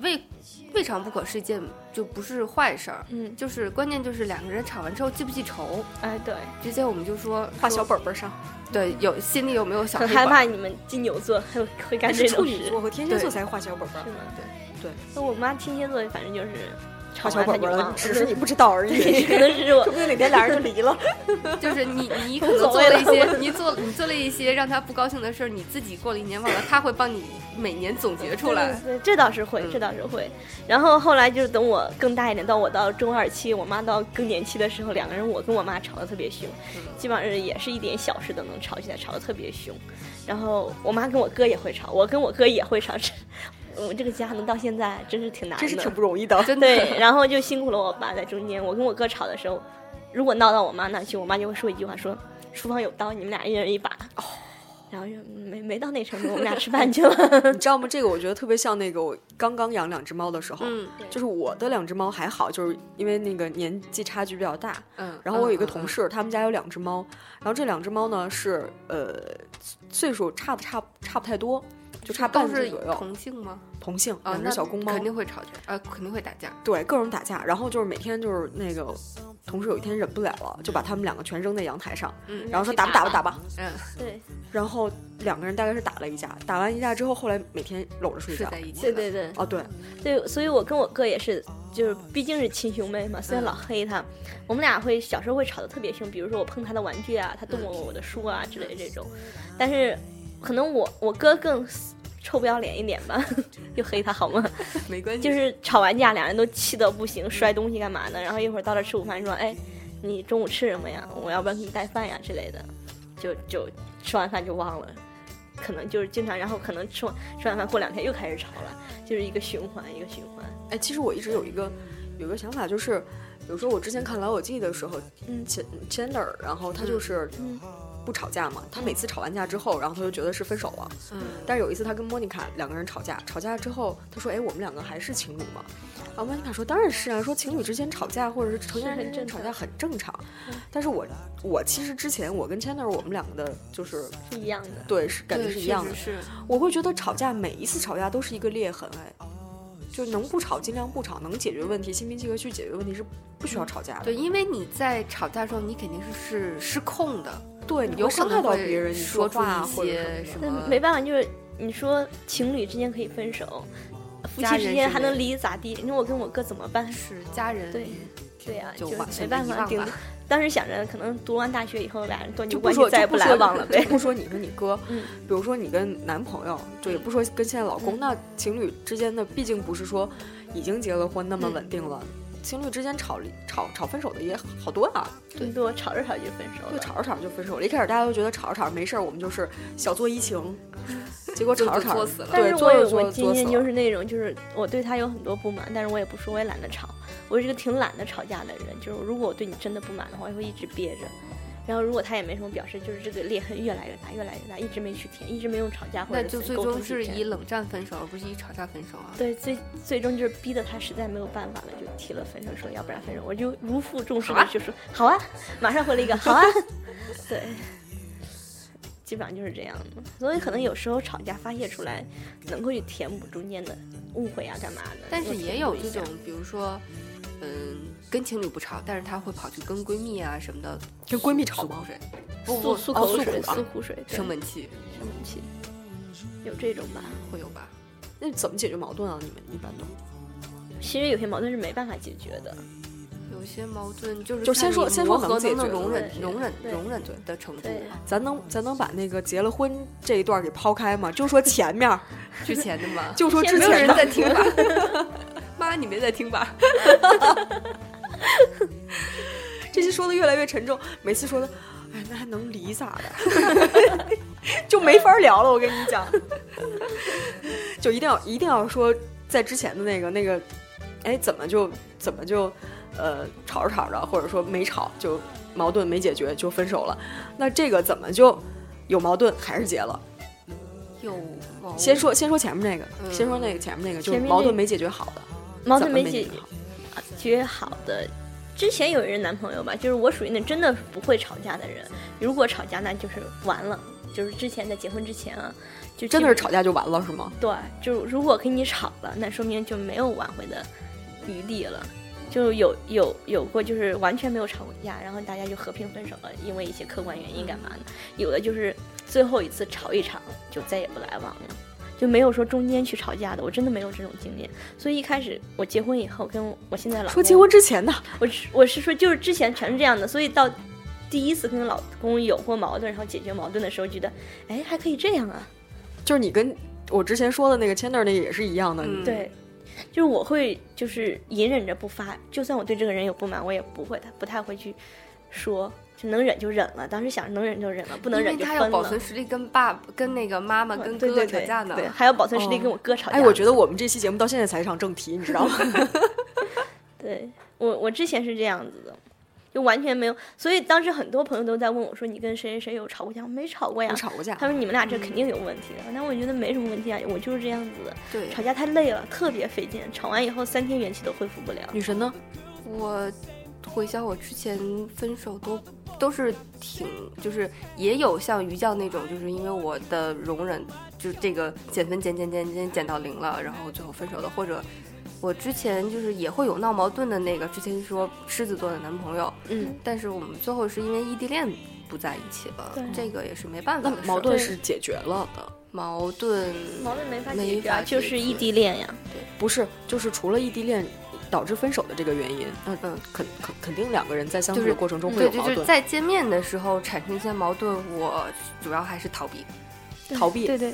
Speaker 5: 未未尝不可是一件就不是坏事儿，
Speaker 3: 嗯，
Speaker 5: 就是关键就是两个人吵完之后记不记仇，
Speaker 3: 哎对，
Speaker 5: 直接我们就说
Speaker 4: 画小
Speaker 5: 说
Speaker 4: 本本上。
Speaker 5: 对有心里有没有小
Speaker 3: 很
Speaker 5: 黑
Speaker 3: 害
Speaker 5: 板
Speaker 3: 怕你们金牛座还有会干
Speaker 4: 但
Speaker 3: 这
Speaker 4: 是处
Speaker 3: 种事，
Speaker 4: 女座和天蝎座
Speaker 5: 对
Speaker 4: 才画小本本
Speaker 3: 是，吗？
Speaker 4: 对
Speaker 3: 那我妈天蝎座反正就是吵
Speaker 4: 画
Speaker 3: 完
Speaker 4: 小
Speaker 3: 她
Speaker 4: 本
Speaker 3: 就
Speaker 4: 本
Speaker 3: 忘
Speaker 4: 了
Speaker 3: 了，，
Speaker 4: 只是 你不知道 而
Speaker 3: 对
Speaker 4: 已。
Speaker 3: 可能是我
Speaker 4: 说不定哪天俩人就 离了。
Speaker 5: 就是你 你可能
Speaker 3: 所
Speaker 5: 做
Speaker 3: 谓
Speaker 5: 了一
Speaker 3: 了
Speaker 5: 些，你做你做了一些让他不高兴的事儿，你自己过了一年忘了，他会帮你每年总结出来。
Speaker 3: 对，这倒是会，这倒是会。然后后来就是等我更大一点，到我到中二期，我妈到更年期的时候，两个人我跟我妈吵得特别凶，
Speaker 4: 嗯
Speaker 3: 基本上也是一点小事都能吵起来，吵得特别凶。然后我妈跟我哥也会吵，我跟我哥也会吵。 这我们这个家能到现在，真是挺难的，
Speaker 4: 真是挺不容易的。
Speaker 5: 真的，
Speaker 3: 对，然后就辛苦了我爸在中间。我跟我哥吵的时候，如果闹到我妈那去，我妈就会说一句话说：“厨房有刀，你们俩一人一把。”
Speaker 4: 哦
Speaker 3: 然后就没没到那程度，我们俩吃饭去 了。
Speaker 4: 你知道吗？这个我觉得特别像那个我刚刚养两只猫的时候，
Speaker 5: 嗯
Speaker 4: 就是我的两只猫还好，就是因为那个年纪差距比较大。
Speaker 5: 嗯。
Speaker 4: 然后我有一个
Speaker 5: 嗯
Speaker 4: 同，事，他们家有两只猫，然后这两只猫呢是呃岁数差的差差不太多，就差半
Speaker 5: 都
Speaker 4: 岁
Speaker 5: 是
Speaker 4: 左右，
Speaker 5: 同性吗？
Speaker 4: 同性
Speaker 5: 啊，
Speaker 4: 两只
Speaker 5: 那
Speaker 4: 小公猫
Speaker 5: 肯，定会吵架，呃，肯定会打架。
Speaker 4: 对各种打架。然后就是每天就是那个同事有一天忍不了了，就把他们两个全扔在阳台上，
Speaker 5: 嗯，
Speaker 4: 然后说打吧打吧打吧，
Speaker 5: 嗯，
Speaker 3: 对。
Speaker 4: 然后两个人大概是打了一架，打完一架之后，后来每天搂着睡
Speaker 5: 睡
Speaker 4: 觉。
Speaker 5: 在一起
Speaker 3: 对
Speaker 5: 了。
Speaker 3: 对对
Speaker 4: 哦，对，
Speaker 3: 对，所以我跟我哥也是，就是毕竟是亲兄妹嘛，虽然老黑他，我们俩会小时候会吵得特别凶，比如说我碰他的玩具啊，他动我我的书啊之类的这种，但是可能我我哥更臭不要脸一点吧， 就黑他好吗？
Speaker 5: 没关系，
Speaker 3: 就是吵完架，俩人都气到不行，摔东西干嘛的。然后一会儿到这儿吃午饭，说：“哎，你中午吃什么呀？我要不要给你带饭呀之类的。就”就吃完饭就忘了，可能就是经常，然后可能吃完吃完饭过两天又开始吵了，就是一个循环，一个循环。
Speaker 4: 哎，其实我一直有一个有一个想法，就是比如说我之前看《老友记》的时候，
Speaker 3: 嗯
Speaker 4: 钱 Chandler，然后他就是
Speaker 3: 嗯
Speaker 4: 不吵架嘛，他每次吵完架之后，然后他就觉得是分手了。
Speaker 5: 嗯，
Speaker 4: 但是有一次他跟莫妮卡两个人吵架，吵架之后他说：“哎，我们两个还是情侣吗？”然后莫妮卡说：“当然是啊，说情侣之间吵架或者是成年人之间吵架很正常。”
Speaker 5: 嗯
Speaker 4: 但是我我其实之前我跟 Chandler 我们两个的就是
Speaker 3: 是一样的。
Speaker 4: 对是感觉
Speaker 5: 对
Speaker 4: 是一
Speaker 5: 确
Speaker 4: 样
Speaker 5: 实
Speaker 4: 的，
Speaker 5: 是
Speaker 4: 我会觉得吵架每一次吵架都是一个裂痕，哎，就能不吵尽量不吵，能解决问题心平气和去解决问题是不需要吵架的。
Speaker 5: 嗯对，因为你在吵架的时候，你肯定是是失控的，
Speaker 4: 对，你
Speaker 5: 有
Speaker 4: 会
Speaker 5: 可
Speaker 4: 伤害
Speaker 5: 能
Speaker 4: 到
Speaker 5: 会
Speaker 4: 别人，你
Speaker 5: 说出
Speaker 4: 话或
Speaker 5: 一
Speaker 4: 者
Speaker 5: 些
Speaker 4: 什
Speaker 5: 什
Speaker 4: 么的。
Speaker 5: 么
Speaker 3: 但没办法，就是你说情侣之间可以分手，夫
Speaker 5: 家
Speaker 3: 妻之
Speaker 5: 人
Speaker 3: 间
Speaker 5: 之
Speaker 3: 还能
Speaker 5: 间
Speaker 3: 离咋地？你说我跟我哥怎么办？
Speaker 5: 是家人
Speaker 3: 对对呀、
Speaker 5: 就
Speaker 3: 就
Speaker 5: 完
Speaker 3: 没
Speaker 5: 全
Speaker 3: 办
Speaker 5: 遗
Speaker 3: 法
Speaker 5: 忘
Speaker 3: 顶
Speaker 5: 吧
Speaker 3: 多。当时想着，可能读完大学以后，俩人断绝
Speaker 4: 就
Speaker 3: 关
Speaker 4: 不
Speaker 3: 系
Speaker 4: 说，，
Speaker 3: 再
Speaker 4: 就
Speaker 3: 也
Speaker 4: 不
Speaker 3: 来
Speaker 4: 说
Speaker 3: 往了呗
Speaker 4: 就。不说你跟你哥，
Speaker 3: 嗯
Speaker 4: 比如说你跟男朋友，就也
Speaker 5: 嗯
Speaker 4: 不说跟现在老公，那情侣之间的毕竟不是说已经结了婚那么
Speaker 5: 嗯
Speaker 4: 稳定了，情侣之间吵吵吵分手的也好多啊，
Speaker 3: 最多吵着吵着就分手
Speaker 4: 就
Speaker 3: 了。
Speaker 4: 吵着吵着就分手了。一开始大家都觉得吵着吵着没事儿，我们就是小作怡 情，结果
Speaker 5: 就
Speaker 4: 吵着
Speaker 5: 就
Speaker 4: 吵
Speaker 5: 作
Speaker 4: 着
Speaker 5: 死了
Speaker 3: 但
Speaker 4: 对
Speaker 3: 是
Speaker 4: 作
Speaker 3: 我
Speaker 4: 着
Speaker 3: 有
Speaker 4: 作
Speaker 3: 个
Speaker 4: 着
Speaker 3: 经
Speaker 4: 作死
Speaker 3: 验，
Speaker 4: 了。
Speaker 3: 就是那种，就是我对他有很多不满，但是我也不说，我也懒得吵。我是个挺懒得吵架的人，就是如果我对你真的不满的话，我也会一直憋着。然后如果他也没什么表示，就是这个裂痕越来越大，越来越大，一直没去填，一直没用吵架或者
Speaker 5: 那就
Speaker 3: 怎
Speaker 5: 最
Speaker 3: 沟通
Speaker 5: 终
Speaker 3: 去
Speaker 5: 是
Speaker 3: 填
Speaker 5: 以冷战分手，而不是以吵架分手啊。
Speaker 3: 对最最终就是逼得他实在没有办法了，就提了分手，说要不然分手，我就如负重
Speaker 5: 好
Speaker 3: 负
Speaker 5: 啊
Speaker 3: 的就说好啊，马上回了一个好 啊，对，基本上就是这样的。所以可能有时候吵架发泄出来，能够去填补中间的误会啊，干嘛的。
Speaker 5: 但是
Speaker 3: 能够
Speaker 5: 也
Speaker 3: 填补
Speaker 5: 有
Speaker 3: 一
Speaker 5: 这
Speaker 3: 下
Speaker 5: 种，比如说，嗯，跟情侣不吵，但是她会跑去跟闺蜜啊什么的，
Speaker 4: 跟闺蜜吵
Speaker 5: 诉
Speaker 4: 吗
Speaker 5: 口水，不
Speaker 3: 诉
Speaker 5: 不
Speaker 3: 诉
Speaker 5: 哦
Speaker 3: 口水、
Speaker 5: 啊
Speaker 3: 诉苦水、对
Speaker 5: 生闷气
Speaker 3: 生闷气，有这种吧？
Speaker 5: 会有吧？
Speaker 4: 那怎么解决矛盾啊？你们一般都
Speaker 3: 其实有些矛盾是没办法解决的，
Speaker 5: 有些矛盾就是
Speaker 4: 就
Speaker 5: 看
Speaker 4: 先
Speaker 5: 你
Speaker 4: 说先
Speaker 5: 磨
Speaker 4: 说
Speaker 5: 合
Speaker 4: 能解
Speaker 5: 能不
Speaker 4: 决
Speaker 5: 能容
Speaker 3: 的
Speaker 5: 忍
Speaker 3: 对
Speaker 5: 容忍
Speaker 3: 对
Speaker 5: 容忍的程度
Speaker 3: 对
Speaker 5: 啊。
Speaker 4: 咱能咱能把那个结了婚这一段给抛开吗？就说前面儿，
Speaker 5: 之前的 嘛，
Speaker 4: 就说之
Speaker 5: 没有
Speaker 4: 前
Speaker 5: 人
Speaker 4: 的，
Speaker 5: 在听吧？ 妈，你没在听吧？
Speaker 4: 这些说的越来越沉重，每次说的，哎，那还能离咋的？ 就没法聊了，我跟你讲，就一定要一定要说在之前的那个那个，哎，怎么就怎么就，呃，吵着吵着，或者说没吵就矛盾没解决就分手了，那这个怎么就有矛盾还是结了？
Speaker 5: 有矛
Speaker 4: 先说先说前面那个，
Speaker 5: 嗯
Speaker 4: 先说那个前面那个，就
Speaker 3: 前面
Speaker 4: 矛
Speaker 3: 那
Speaker 4: 盾
Speaker 3: 个
Speaker 4: 没解决好的，
Speaker 3: 矛
Speaker 4: 怎
Speaker 3: 盾
Speaker 4: 么
Speaker 3: 没
Speaker 4: 没
Speaker 3: 解
Speaker 4: 决好
Speaker 3: 决好的。之前有一任男朋友吧，就是我属于那真的不会吵架的人。如果吵架，那就是完了。就是之前在结婚之前啊，就
Speaker 4: 真的是
Speaker 3: 基
Speaker 4: 吵架就完了是吗？
Speaker 3: 本。对，就如果跟你吵了，那说明就没有挽回的余地了。就有有有过，就是完全没有吵过架，然后大家就和平分手了，因为一些客观原因干嘛的。有的就是最后一次吵一场，就再也不来往了。就没有说中间去吵架的，我真的没有这种经验。所以一开始我结婚以后，跟我现在老
Speaker 4: 说
Speaker 3: 公
Speaker 4: 结婚之前的，
Speaker 3: 我是我是说，就是之前全是这样的，所以到第一次跟老公有过矛盾，然后解决矛盾的时候，觉得，哎，还可以这样啊。
Speaker 4: 就是你跟我之前说的那个 Chandler 那也是一样的，
Speaker 5: 嗯
Speaker 3: 对，就是我会就是隐忍着不发，就算我对这个人有不满，我也不会不太会去说，就能忍就忍了。当时想着能忍就忍了，不能
Speaker 5: 因
Speaker 3: 忍
Speaker 5: 为
Speaker 3: 就
Speaker 5: 他
Speaker 3: 分
Speaker 5: 要保
Speaker 3: 了
Speaker 5: 存。实力，跟爸、跟那个妈妈、跟
Speaker 3: 对
Speaker 5: 哥
Speaker 3: 对
Speaker 5: 哥吵
Speaker 3: 对
Speaker 5: 架呢。
Speaker 3: 对，还要保存实力
Speaker 4: 哦
Speaker 3: 跟我哥吵架。
Speaker 4: 哎，我觉得我们这期节目到现在才一场正题，你知 道吗？
Speaker 3: 对我，我之前是这样子的，就完全没有。所以当时很多朋友都在问我说：“你跟谁谁谁有吵过架？”我没吵过呀
Speaker 4: 你。吵过架
Speaker 3: 他，说：“你们俩这肯定有问题的。”但我觉得没什么问题啊，我就是这样子的。
Speaker 5: 对
Speaker 3: 吵架太累了，特别费劲，吵完以后三天元气都恢复不了。
Speaker 4: 女神呢？
Speaker 5: 我回想我之前分手都都是挺，就是也有像于酱那种，就是因为我的容忍，就是这个减分减减减减减到零了，然后最后分手的，或者。我之前就是也会有闹矛盾的那个，之前说狮子座的男朋友，
Speaker 4: 嗯，
Speaker 5: 但是我们最后是因为异地恋不在一起了
Speaker 3: 对，
Speaker 5: 这个也是没办法
Speaker 4: 那
Speaker 5: 的事儿。
Speaker 4: 矛盾是解决了的，
Speaker 5: 矛盾，
Speaker 3: 矛盾没法
Speaker 5: 没
Speaker 3: 解决啊，
Speaker 5: 法
Speaker 3: 就
Speaker 5: 解
Speaker 3: 是异
Speaker 5: 决
Speaker 3: 地恋呀。
Speaker 4: 不是，就是除了异地恋导致分手的这个原因，那
Speaker 5: 嗯，
Speaker 4: 肯肯肯定两个人在相
Speaker 5: 就
Speaker 4: 处
Speaker 5: 是嗯
Speaker 4: 的过程中会
Speaker 5: 对，
Speaker 4: 有
Speaker 5: 就
Speaker 4: 矛
Speaker 5: 是
Speaker 4: 盾，
Speaker 5: 在见面的时候产生一些矛盾，我主要还是逃避，
Speaker 4: 逃避
Speaker 3: 对对，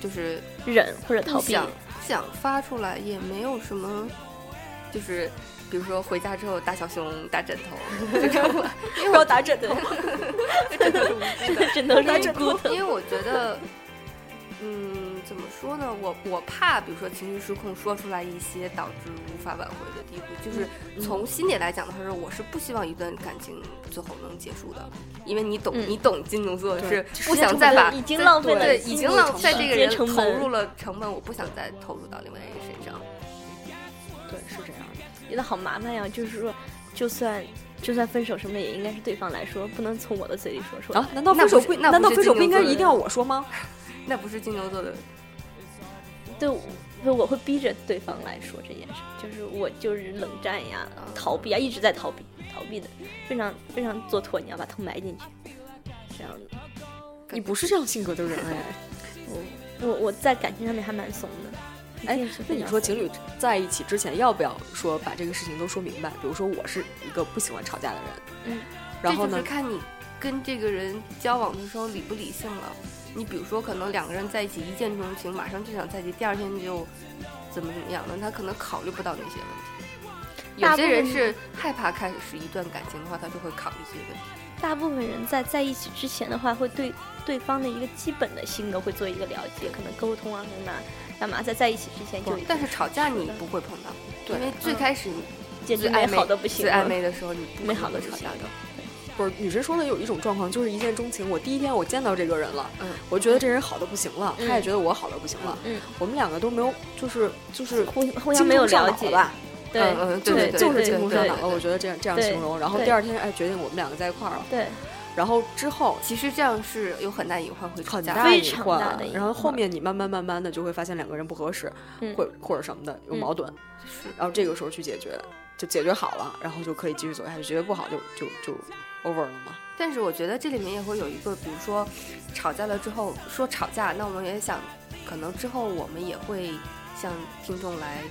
Speaker 5: 就是
Speaker 3: 忍或者逃避。
Speaker 5: 想想发出来也没有什么，就是比如说回家之后打小熊、打枕头这种，
Speaker 4: 我要打枕头，
Speaker 5: 这都是无辜的。
Speaker 3: 只能
Speaker 5: 因为
Speaker 3: 是孤
Speaker 5: 因为我觉得，嗯，怎么说呢？我我怕，比如说情绪失控，说出来一些导致无法挽回的地步。就是
Speaker 3: 嗯
Speaker 5: 从心里来讲的话，是我是不希望一段感情最后能结束的，因为你懂，
Speaker 3: 嗯
Speaker 5: 你懂金牛座
Speaker 4: 对
Speaker 5: 是
Speaker 4: 时
Speaker 5: 不
Speaker 4: 间
Speaker 5: 想
Speaker 4: 成
Speaker 5: 再
Speaker 4: 本
Speaker 5: 把
Speaker 3: 已经浪费了
Speaker 5: 对
Speaker 3: 心
Speaker 5: 已经
Speaker 3: 力
Speaker 5: 浪
Speaker 3: 成
Speaker 5: 在
Speaker 3: 本
Speaker 5: 这个
Speaker 3: 时间
Speaker 5: 人
Speaker 3: 成
Speaker 5: 投
Speaker 3: 本
Speaker 5: 入了成本，我不想再投入到另外一个人身上。
Speaker 4: 对，是这样的。
Speaker 3: 觉得好麻烦呀、就是说，就算就算分手什么的，也应该是对方来说，不能从我的嘴里说出来。
Speaker 4: 啊？难道
Speaker 5: 那
Speaker 4: 分
Speaker 5: 不
Speaker 4: 手
Speaker 5: 是
Speaker 4: 不？
Speaker 5: 那
Speaker 4: 难道
Speaker 5: 不是
Speaker 4: 分手不
Speaker 5: 金
Speaker 4: 应
Speaker 5: 牛
Speaker 4: 该
Speaker 5: 座
Speaker 4: 一定要
Speaker 5: 的
Speaker 4: 我说吗？
Speaker 5: 那不是金牛座的，
Speaker 3: 对，我对我会逼着对方来说这件事，就是我就是冷战呀、逃避啊，一直在逃避，逃避的非常非常做鸵鸟，把头埋进去，这样子。
Speaker 4: 你不是这样性格的人 哎。
Speaker 3: 我我我在感情上面还蛮怂的。一
Speaker 4: 哎
Speaker 3: 定是，
Speaker 4: 那
Speaker 3: 非
Speaker 4: 你
Speaker 3: 常
Speaker 4: 说
Speaker 3: 怂
Speaker 4: 情侣在一起之前，要不要说把这个事情都说明白？比如说，我是一个不喜欢吵架的人，
Speaker 3: 嗯，
Speaker 4: 然后
Speaker 5: 这
Speaker 4: 呢
Speaker 5: 就是，看你跟这个人交往的时候理不理性了。你比如说，可能两个人在一起一见钟情，马上就想在一起，第二天就怎么怎么样了，他可能考虑不到那些问题。有
Speaker 3: 大
Speaker 5: 些
Speaker 3: 部
Speaker 5: 人
Speaker 3: 分
Speaker 5: 是害怕开始一段感情的话，他就会考虑这些问题。
Speaker 3: 大部分人在在一起之前的话，会对对方的一个基本的性格会做一个了解，可能沟通啊干嘛干嘛，在在一起之前就已经
Speaker 5: 但是吵架你不会碰到，因为最开始你
Speaker 3: 简直
Speaker 5: 最
Speaker 3: 没
Speaker 5: 暧昧
Speaker 3: 好的不行
Speaker 5: 最
Speaker 3: 了
Speaker 5: 暧昧的时候你不
Speaker 3: 没好
Speaker 5: 可能
Speaker 3: 得
Speaker 5: 吵
Speaker 3: 不行
Speaker 5: 架的。
Speaker 4: 不是女生说的有一种状况，就是一见钟情。我第一天我见到这个人了，
Speaker 5: 嗯
Speaker 4: 我觉得这人好的不行了，
Speaker 3: 嗯
Speaker 4: 他也觉得我好的不行了，
Speaker 3: 嗯，
Speaker 4: 我们两个都没有，就是就是
Speaker 3: 互互相没有
Speaker 4: 精虫上
Speaker 3: 了
Speaker 4: 脑
Speaker 3: 解，
Speaker 4: 吧，
Speaker 3: 对
Speaker 5: 嗯嗯
Speaker 4: 就
Speaker 5: 对
Speaker 4: 是
Speaker 5: 对
Speaker 4: 就
Speaker 5: 对
Speaker 4: 是精虫上脑
Speaker 3: 对
Speaker 4: 了，我觉得这样这样
Speaker 3: 对
Speaker 4: 形容。然后
Speaker 3: 对
Speaker 4: 第二天哎，决定我们两个在一块儿了，
Speaker 3: 对，
Speaker 4: 然后之后
Speaker 5: 其实这样是有很大隐患会吵
Speaker 4: 很
Speaker 5: 架
Speaker 4: 大
Speaker 5: 的。
Speaker 3: 非
Speaker 4: 隐
Speaker 3: 常大
Speaker 4: 患
Speaker 3: 的，隐
Speaker 4: 然后后
Speaker 3: 患
Speaker 4: 面你慢慢慢慢的就会发现两个人不合适，
Speaker 3: 嗯
Speaker 4: 或或者什么的有矛盾，
Speaker 5: 是
Speaker 4: 然后这个时候去解决，就解决好了，然后就可以继续走下去。解决不好就就就 over 了嘛。
Speaker 5: 但是我觉得这里面也会有一个，比如说吵架了之后说吵架，那我们也想，可能之后我们也会向听众来，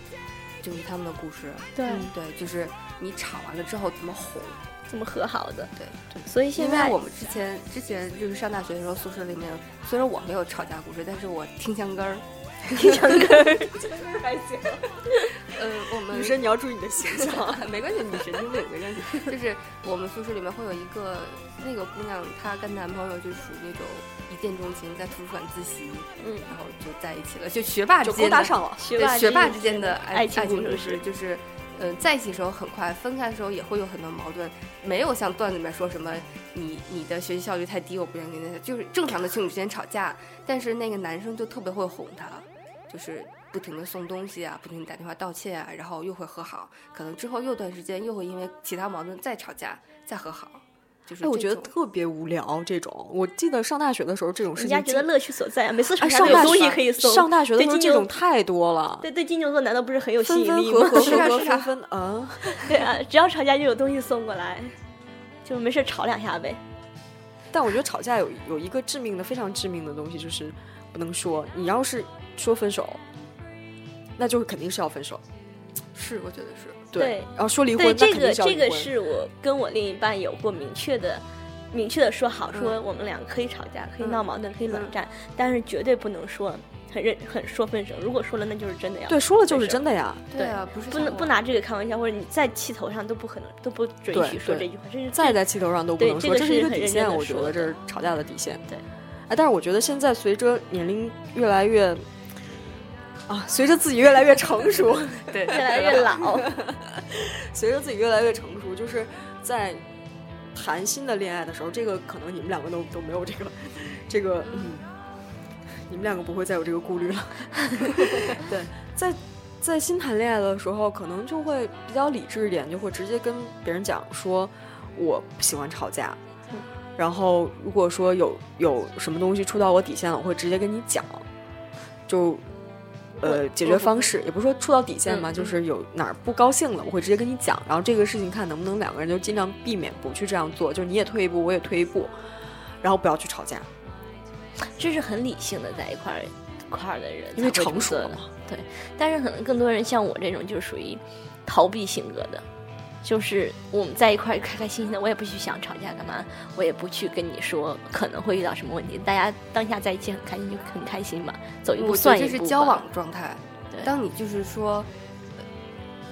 Speaker 5: 就是他们的故事，嗯
Speaker 3: 对，
Speaker 5: 对，就是你吵完了之后怎么哄。
Speaker 3: 怎么和好的？
Speaker 5: 对
Speaker 3: 对，所以现
Speaker 5: 因
Speaker 3: 在
Speaker 5: 为我们之前之前就是上大学的时候，宿舍里面虽然我没有吵架故事，但是我听墙根儿，
Speaker 3: 听墙根 儿，
Speaker 5: 呃，我们
Speaker 4: 女生你要注意你的形 象。
Speaker 5: 没关系，女神经病没 关系。就是我们宿舍里面会有一个那个姑娘，她跟男朋友就属于那种一见钟情，在图书馆自习，
Speaker 3: 嗯，
Speaker 5: 然后就在一起了，就学霸之
Speaker 4: 就
Speaker 5: 间
Speaker 4: 勾
Speaker 5: 的
Speaker 4: 搭上了，
Speaker 3: 学霸
Speaker 5: 对学霸
Speaker 3: 之
Speaker 5: 之间的爱
Speaker 3: 爱情
Speaker 5: 情
Speaker 3: 故
Speaker 5: 故
Speaker 3: 事
Speaker 5: 事，就是呃在一起的时候很快，分开的时候也会有很多矛盾，没有像段子里面说什么你你的学习效率太低，我不愿意跟你在一起，就是正常的情侣之间吵架，但是那个男生就特别会哄她，就是。不停的送东西啊，不停地打电话道歉啊，然后又会和好，可能之后又段时间又会因为其他矛盾再吵架，再和好，就是
Speaker 4: 哎，我
Speaker 5: 这
Speaker 4: 觉得
Speaker 5: 种
Speaker 4: 特别无聊这种。我记得上大学的时候，这种事
Speaker 3: 人
Speaker 4: 情
Speaker 3: 家觉得
Speaker 4: 经
Speaker 3: 乐趣所在啊，每次吵
Speaker 4: 哎，
Speaker 3: 架
Speaker 4: 上
Speaker 3: 都有
Speaker 4: 大
Speaker 3: 东西
Speaker 4: 学
Speaker 3: 可以搜。
Speaker 4: 上大学的
Speaker 3: 对
Speaker 4: 时候
Speaker 3: 金
Speaker 4: 这种
Speaker 3: 牛，
Speaker 4: 太多了，
Speaker 3: 对对金牛座难道不是很有吸
Speaker 4: 分
Speaker 3: 引力
Speaker 4: 分合
Speaker 3: 吗？
Speaker 4: 合，
Speaker 5: 是啊
Speaker 4: 合合
Speaker 5: 是啊
Speaker 4: 分分啊。
Speaker 3: 对啊，只要吵架就有东西送过来，就没事吵两下呗。
Speaker 4: 但我觉得吵架有有一个致命的、非常致命的东西，就是不能说。你要是说分手，那就是肯定是要分手。
Speaker 5: 是，我觉得是。
Speaker 3: 对
Speaker 4: 然后说离婚，
Speaker 3: 对，
Speaker 4: 那
Speaker 3: 这
Speaker 4: 肯定
Speaker 3: 个
Speaker 4: 是要
Speaker 3: 这
Speaker 4: 离
Speaker 3: 个
Speaker 4: 婚
Speaker 3: 是我跟我另一半有过明确的。明确的说好，
Speaker 4: 嗯
Speaker 3: 说我们俩可以吵架，可以闹矛盾，可以冷战，但是绝对不能说很认很说分手。如果说了，那就是真的要
Speaker 4: 对，说了就
Speaker 3: 分
Speaker 4: 是
Speaker 3: 手
Speaker 4: 真的呀。
Speaker 5: 对啊，不是
Speaker 3: 不
Speaker 5: 小
Speaker 3: 能
Speaker 5: 我
Speaker 3: 不拿这个开玩笑，或者你在气头上都不可能都不准
Speaker 4: 对
Speaker 3: 许说这
Speaker 4: 对
Speaker 3: 句话，这是
Speaker 4: 再
Speaker 3: 最
Speaker 4: 在气头上都不
Speaker 3: 对
Speaker 4: 能
Speaker 3: 这
Speaker 4: 说，
Speaker 3: 个
Speaker 4: 这
Speaker 3: 是
Speaker 4: 是一个
Speaker 3: 很
Speaker 4: 底
Speaker 3: 认
Speaker 4: 线，
Speaker 3: 真地
Speaker 4: 我觉
Speaker 3: 说
Speaker 4: 得
Speaker 3: 的
Speaker 4: 这是吵架的底线。
Speaker 3: 对，
Speaker 4: 哎，但是我觉得现在随着年龄越来越，啊，随着自己越来越成熟，
Speaker 5: 对，
Speaker 3: 越来越 老。
Speaker 4: 随着自己越来越成熟，就是在谈新的恋爱的时候，这个可能你们两个都都没有这个，这个嗯，你们两个不会再有这个顾虑了。 对，在在新谈恋爱的时候，可能就会比较理智一点，就会直接跟别人讲说，我不喜欢吵架。
Speaker 3: 嗯
Speaker 4: 然后，如果说有有什么东西触到我底线了，我会直接跟你讲，就呃解决方式，也不是说触到底线嘛，
Speaker 5: 嗯嗯
Speaker 4: 就是有哪儿不高兴了，我会直接跟你讲，然后这个事情看能不能两个人就尽量避免不去这样做，就是你也退一步，我也退一步，然后不要去吵架，
Speaker 3: 这是很理性的在一块儿一块儿的人，
Speaker 4: 因为成熟
Speaker 3: 的
Speaker 4: 了嘛。。
Speaker 3: 对，但是可能更多人像我这种，就是属于逃避性格的，就是我们在一块儿开开心心的，我也不去想吵架干嘛，我也不去跟你说可能会遇到什么问题，大家当下在一起很开心就很开心吧，走一步
Speaker 5: 我觉得
Speaker 3: 算
Speaker 5: 这
Speaker 3: 一
Speaker 5: 是
Speaker 3: 步。
Speaker 5: 交往，状态。
Speaker 3: 对
Speaker 5: 当你就是说呃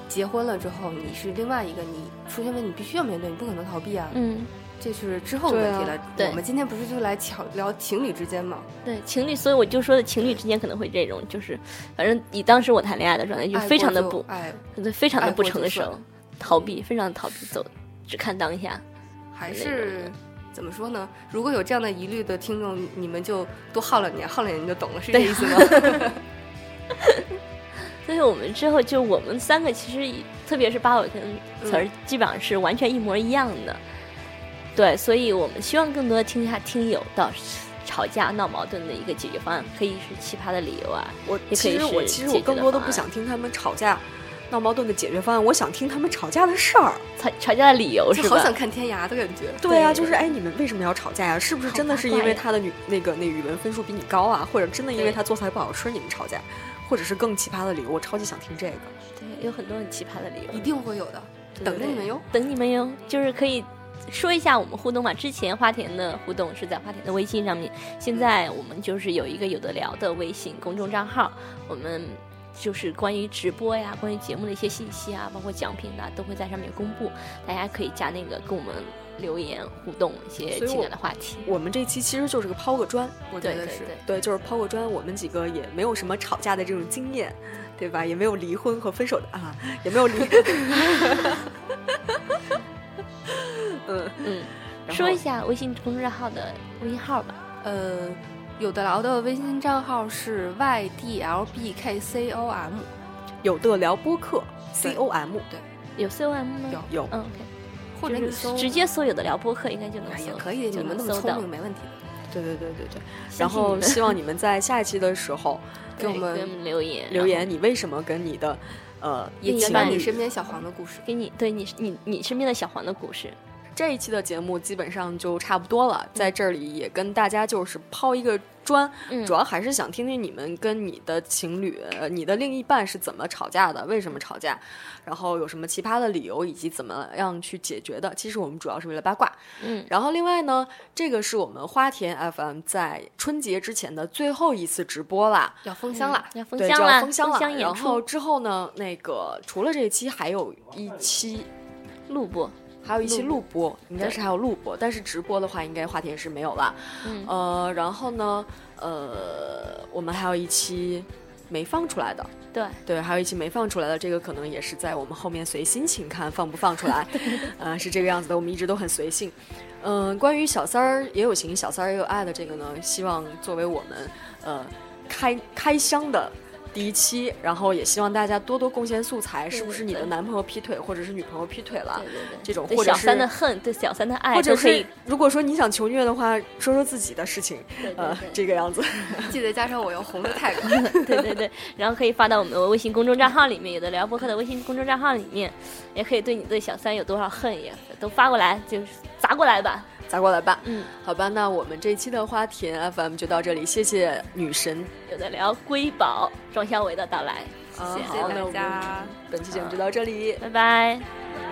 Speaker 5: 结婚了之后，你是另外一个你出现问题，你必须要面对，你不可能逃避啊。
Speaker 3: 嗯，
Speaker 5: 这是之后的问题
Speaker 4: 对
Speaker 5: 了。
Speaker 3: 对
Speaker 5: 我们今天不是就来巧聊情侣之间嘛？
Speaker 3: 对，情侣，所以我就说的情侣之间可能会这种，就是反正以当时我谈恋爱的状态，就
Speaker 5: 爱
Speaker 3: 非常
Speaker 5: 过
Speaker 3: 的
Speaker 5: 就哎
Speaker 3: 不，
Speaker 5: 爱，
Speaker 3: 对，非常的
Speaker 5: 爱
Speaker 3: 不
Speaker 5: 过就
Speaker 3: 成
Speaker 5: 算
Speaker 3: 熟，逃避，非常的逃避，走，只看当下。
Speaker 5: 还
Speaker 3: 那
Speaker 5: 是怎么说呢？如果有这样的疑虑的听众，你们就多耗两年，耗两年就懂了，是这
Speaker 3: 对啊
Speaker 5: 意思吗？
Speaker 3: 所以我们之后就我们三个其实以，特别是八尾跟
Speaker 5: 嗯
Speaker 3: 词儿，基本上是完全一模一样的。对，所以我们希望更多听一下听友到吵架闹矛盾的一个解决方案，可以是奇葩的理由啊，
Speaker 4: 我
Speaker 3: 也可
Speaker 4: 其
Speaker 3: 以
Speaker 4: 实我
Speaker 3: 是
Speaker 4: 其
Speaker 3: 解
Speaker 4: 实我
Speaker 3: 决
Speaker 4: 更
Speaker 3: 的
Speaker 4: 多的
Speaker 3: 方
Speaker 4: 不
Speaker 3: 案
Speaker 4: 想听他们吵架闹矛盾的解决方案，我想听他们吵架的事儿。
Speaker 3: 吵吵架的理由是
Speaker 5: 就好
Speaker 3: 吧？
Speaker 5: 想看天涯的感觉。
Speaker 4: 对啊，
Speaker 3: 对
Speaker 4: 就是哎，你们为什么要吵架呀、是不是
Speaker 3: 好
Speaker 4: 真的
Speaker 3: 八
Speaker 4: 是因
Speaker 3: 卦
Speaker 4: 为
Speaker 3: 呀
Speaker 4: 他的女那个那语文分数比你高啊，或者真的因为
Speaker 3: 对
Speaker 4: 他做菜不好吃你们吵架，或者是更奇葩的理由？我超级想听这个。
Speaker 3: 对，有很多很奇葩的理由
Speaker 5: 一。定会有的，
Speaker 3: 对
Speaker 5: 等着你们哟。
Speaker 3: 等你们哟，就是可以说一下我们互动吧。之前花田的互动是在花田的微信上面，现在我们就是有一个有的聊的微信公众账号，我们就是关于直播呀、关于节目的一些信息啊，包括奖品啊，都会在上面公布，大家可以加那个跟我们留言互动一些
Speaker 4: 所以
Speaker 3: 情
Speaker 4: 我
Speaker 3: 感的话题。
Speaker 4: 我们这期其实就是个抛个砖，
Speaker 5: 我觉
Speaker 3: 对
Speaker 5: 得
Speaker 3: 对
Speaker 5: 是。
Speaker 3: 对，
Speaker 4: 对，就是抛个砖。我们几个也没有什么吵架的这种经验，对吧？也没有离婚和分手的啊， 也没有离。嗯
Speaker 3: 嗯，
Speaker 4: 然后
Speaker 3: 说一下微信公众号的微信号吧。
Speaker 5: 呃，有的聊的微信账号是 y d l b k c o m，
Speaker 4: 有的聊播客
Speaker 5: 对
Speaker 4: C O M
Speaker 5: 对，
Speaker 3: 有 C O M 吗？
Speaker 5: 有
Speaker 4: 有，
Speaker 3: 嗯，OK，
Speaker 5: 或者
Speaker 3: 就
Speaker 5: 你
Speaker 3: 是
Speaker 5: 搜
Speaker 3: 直接搜有的聊播客，应该就能
Speaker 5: 哎
Speaker 3: 搜
Speaker 5: 也
Speaker 3: 到，
Speaker 5: 可以，
Speaker 3: 就
Speaker 5: 你们
Speaker 3: 能
Speaker 5: 那么
Speaker 3: 搜
Speaker 5: 聪
Speaker 3: 到
Speaker 5: 明。没问题的，
Speaker 4: 对对对对对。
Speaker 3: 相
Speaker 4: 然
Speaker 3: 信你
Speaker 4: 后
Speaker 3: 们
Speaker 4: 希望你们在下一期的时 候
Speaker 5: 给
Speaker 3: 嗯
Speaker 5: 我
Speaker 3: 对给我
Speaker 5: 们
Speaker 3: 们留言，
Speaker 4: 留，言，你为什么跟你的呃
Speaker 5: 也
Speaker 3: 另一
Speaker 5: 讲
Speaker 3: 半
Speaker 5: 你
Speaker 3: 也
Speaker 5: 身边小黄的故事。
Speaker 3: 给你对你你你身边的小黄的故事。
Speaker 4: 这一期的节目基本上就差不多了，在这里也跟大家就是抛一个砖，
Speaker 3: 嗯
Speaker 4: 主要还是想听听你们跟你的情侣、呃你的另一半是怎么吵架的，为什么吵架，然后有什么奇葩的理由，以及怎么样去解决的。其实我们主要是为了八卦。
Speaker 3: 嗯，
Speaker 4: 然后另外呢，这个是我们花田 FM 在春节之前的最后一次直播啦。
Speaker 5: 要封箱啦，
Speaker 3: 啊要封
Speaker 4: 对，
Speaker 3: 箱
Speaker 4: 就要
Speaker 3: 啦，
Speaker 4: 封箱了。
Speaker 3: 演
Speaker 4: 然后
Speaker 3: 出
Speaker 4: 之后呢，那个除了这一期，还有一期
Speaker 3: 录播，
Speaker 4: 还有一期录播，应该
Speaker 3: 对
Speaker 4: 是还有录播，但是直播的话，应该花田是没有啦。
Speaker 3: 嗯
Speaker 4: 呃，然后呢，呃，我们还有一期没放出来的，
Speaker 3: 对，
Speaker 4: 对，还有一期没放出来的，这个可能也是在我们后面随心情看放不放 出来，呃，是这个样子的，我们一直都很随性。嗯、关于小三儿也有情，小三儿也有爱的这个呢，希望作为我们呃开开箱的。第一期，然后也希望大家多多贡献素材，是不是你的
Speaker 3: 对
Speaker 4: 男朋友劈腿，或者是女朋友劈腿了
Speaker 3: 对？哎对对，
Speaker 4: 这种
Speaker 3: 对
Speaker 4: 或者
Speaker 3: 小
Speaker 4: 是
Speaker 3: 三的恨，对小三的爱
Speaker 4: 或
Speaker 3: 都
Speaker 4: 者
Speaker 3: 可以
Speaker 4: 是，如果说你想求虐的话，说说自己的事情，
Speaker 3: 对对
Speaker 4: 呃
Speaker 3: 对，
Speaker 4: 这个样子。
Speaker 5: 记得加上我要红的 tag。
Speaker 3: 对对对，然后可以发到我们的微信公众账号里面，有的聊播客的微信公众账号里面，也可以对你对小三有多少恨也都发过来，就是砸过来吧。
Speaker 4: 砸过来吧，
Speaker 3: 嗯，
Speaker 4: 好吧，那我们这期的花田 FM 就到这里，谢谢女神，
Speaker 3: 有的聊瑰宝庄小伟的到来，
Speaker 4: 啊
Speaker 3: 谢谢
Speaker 5: 谢谢
Speaker 4: 好那我
Speaker 5: 大
Speaker 4: 们
Speaker 5: 家。
Speaker 4: 本期节目就到这里，
Speaker 3: 拜拜。
Speaker 4: 拜拜。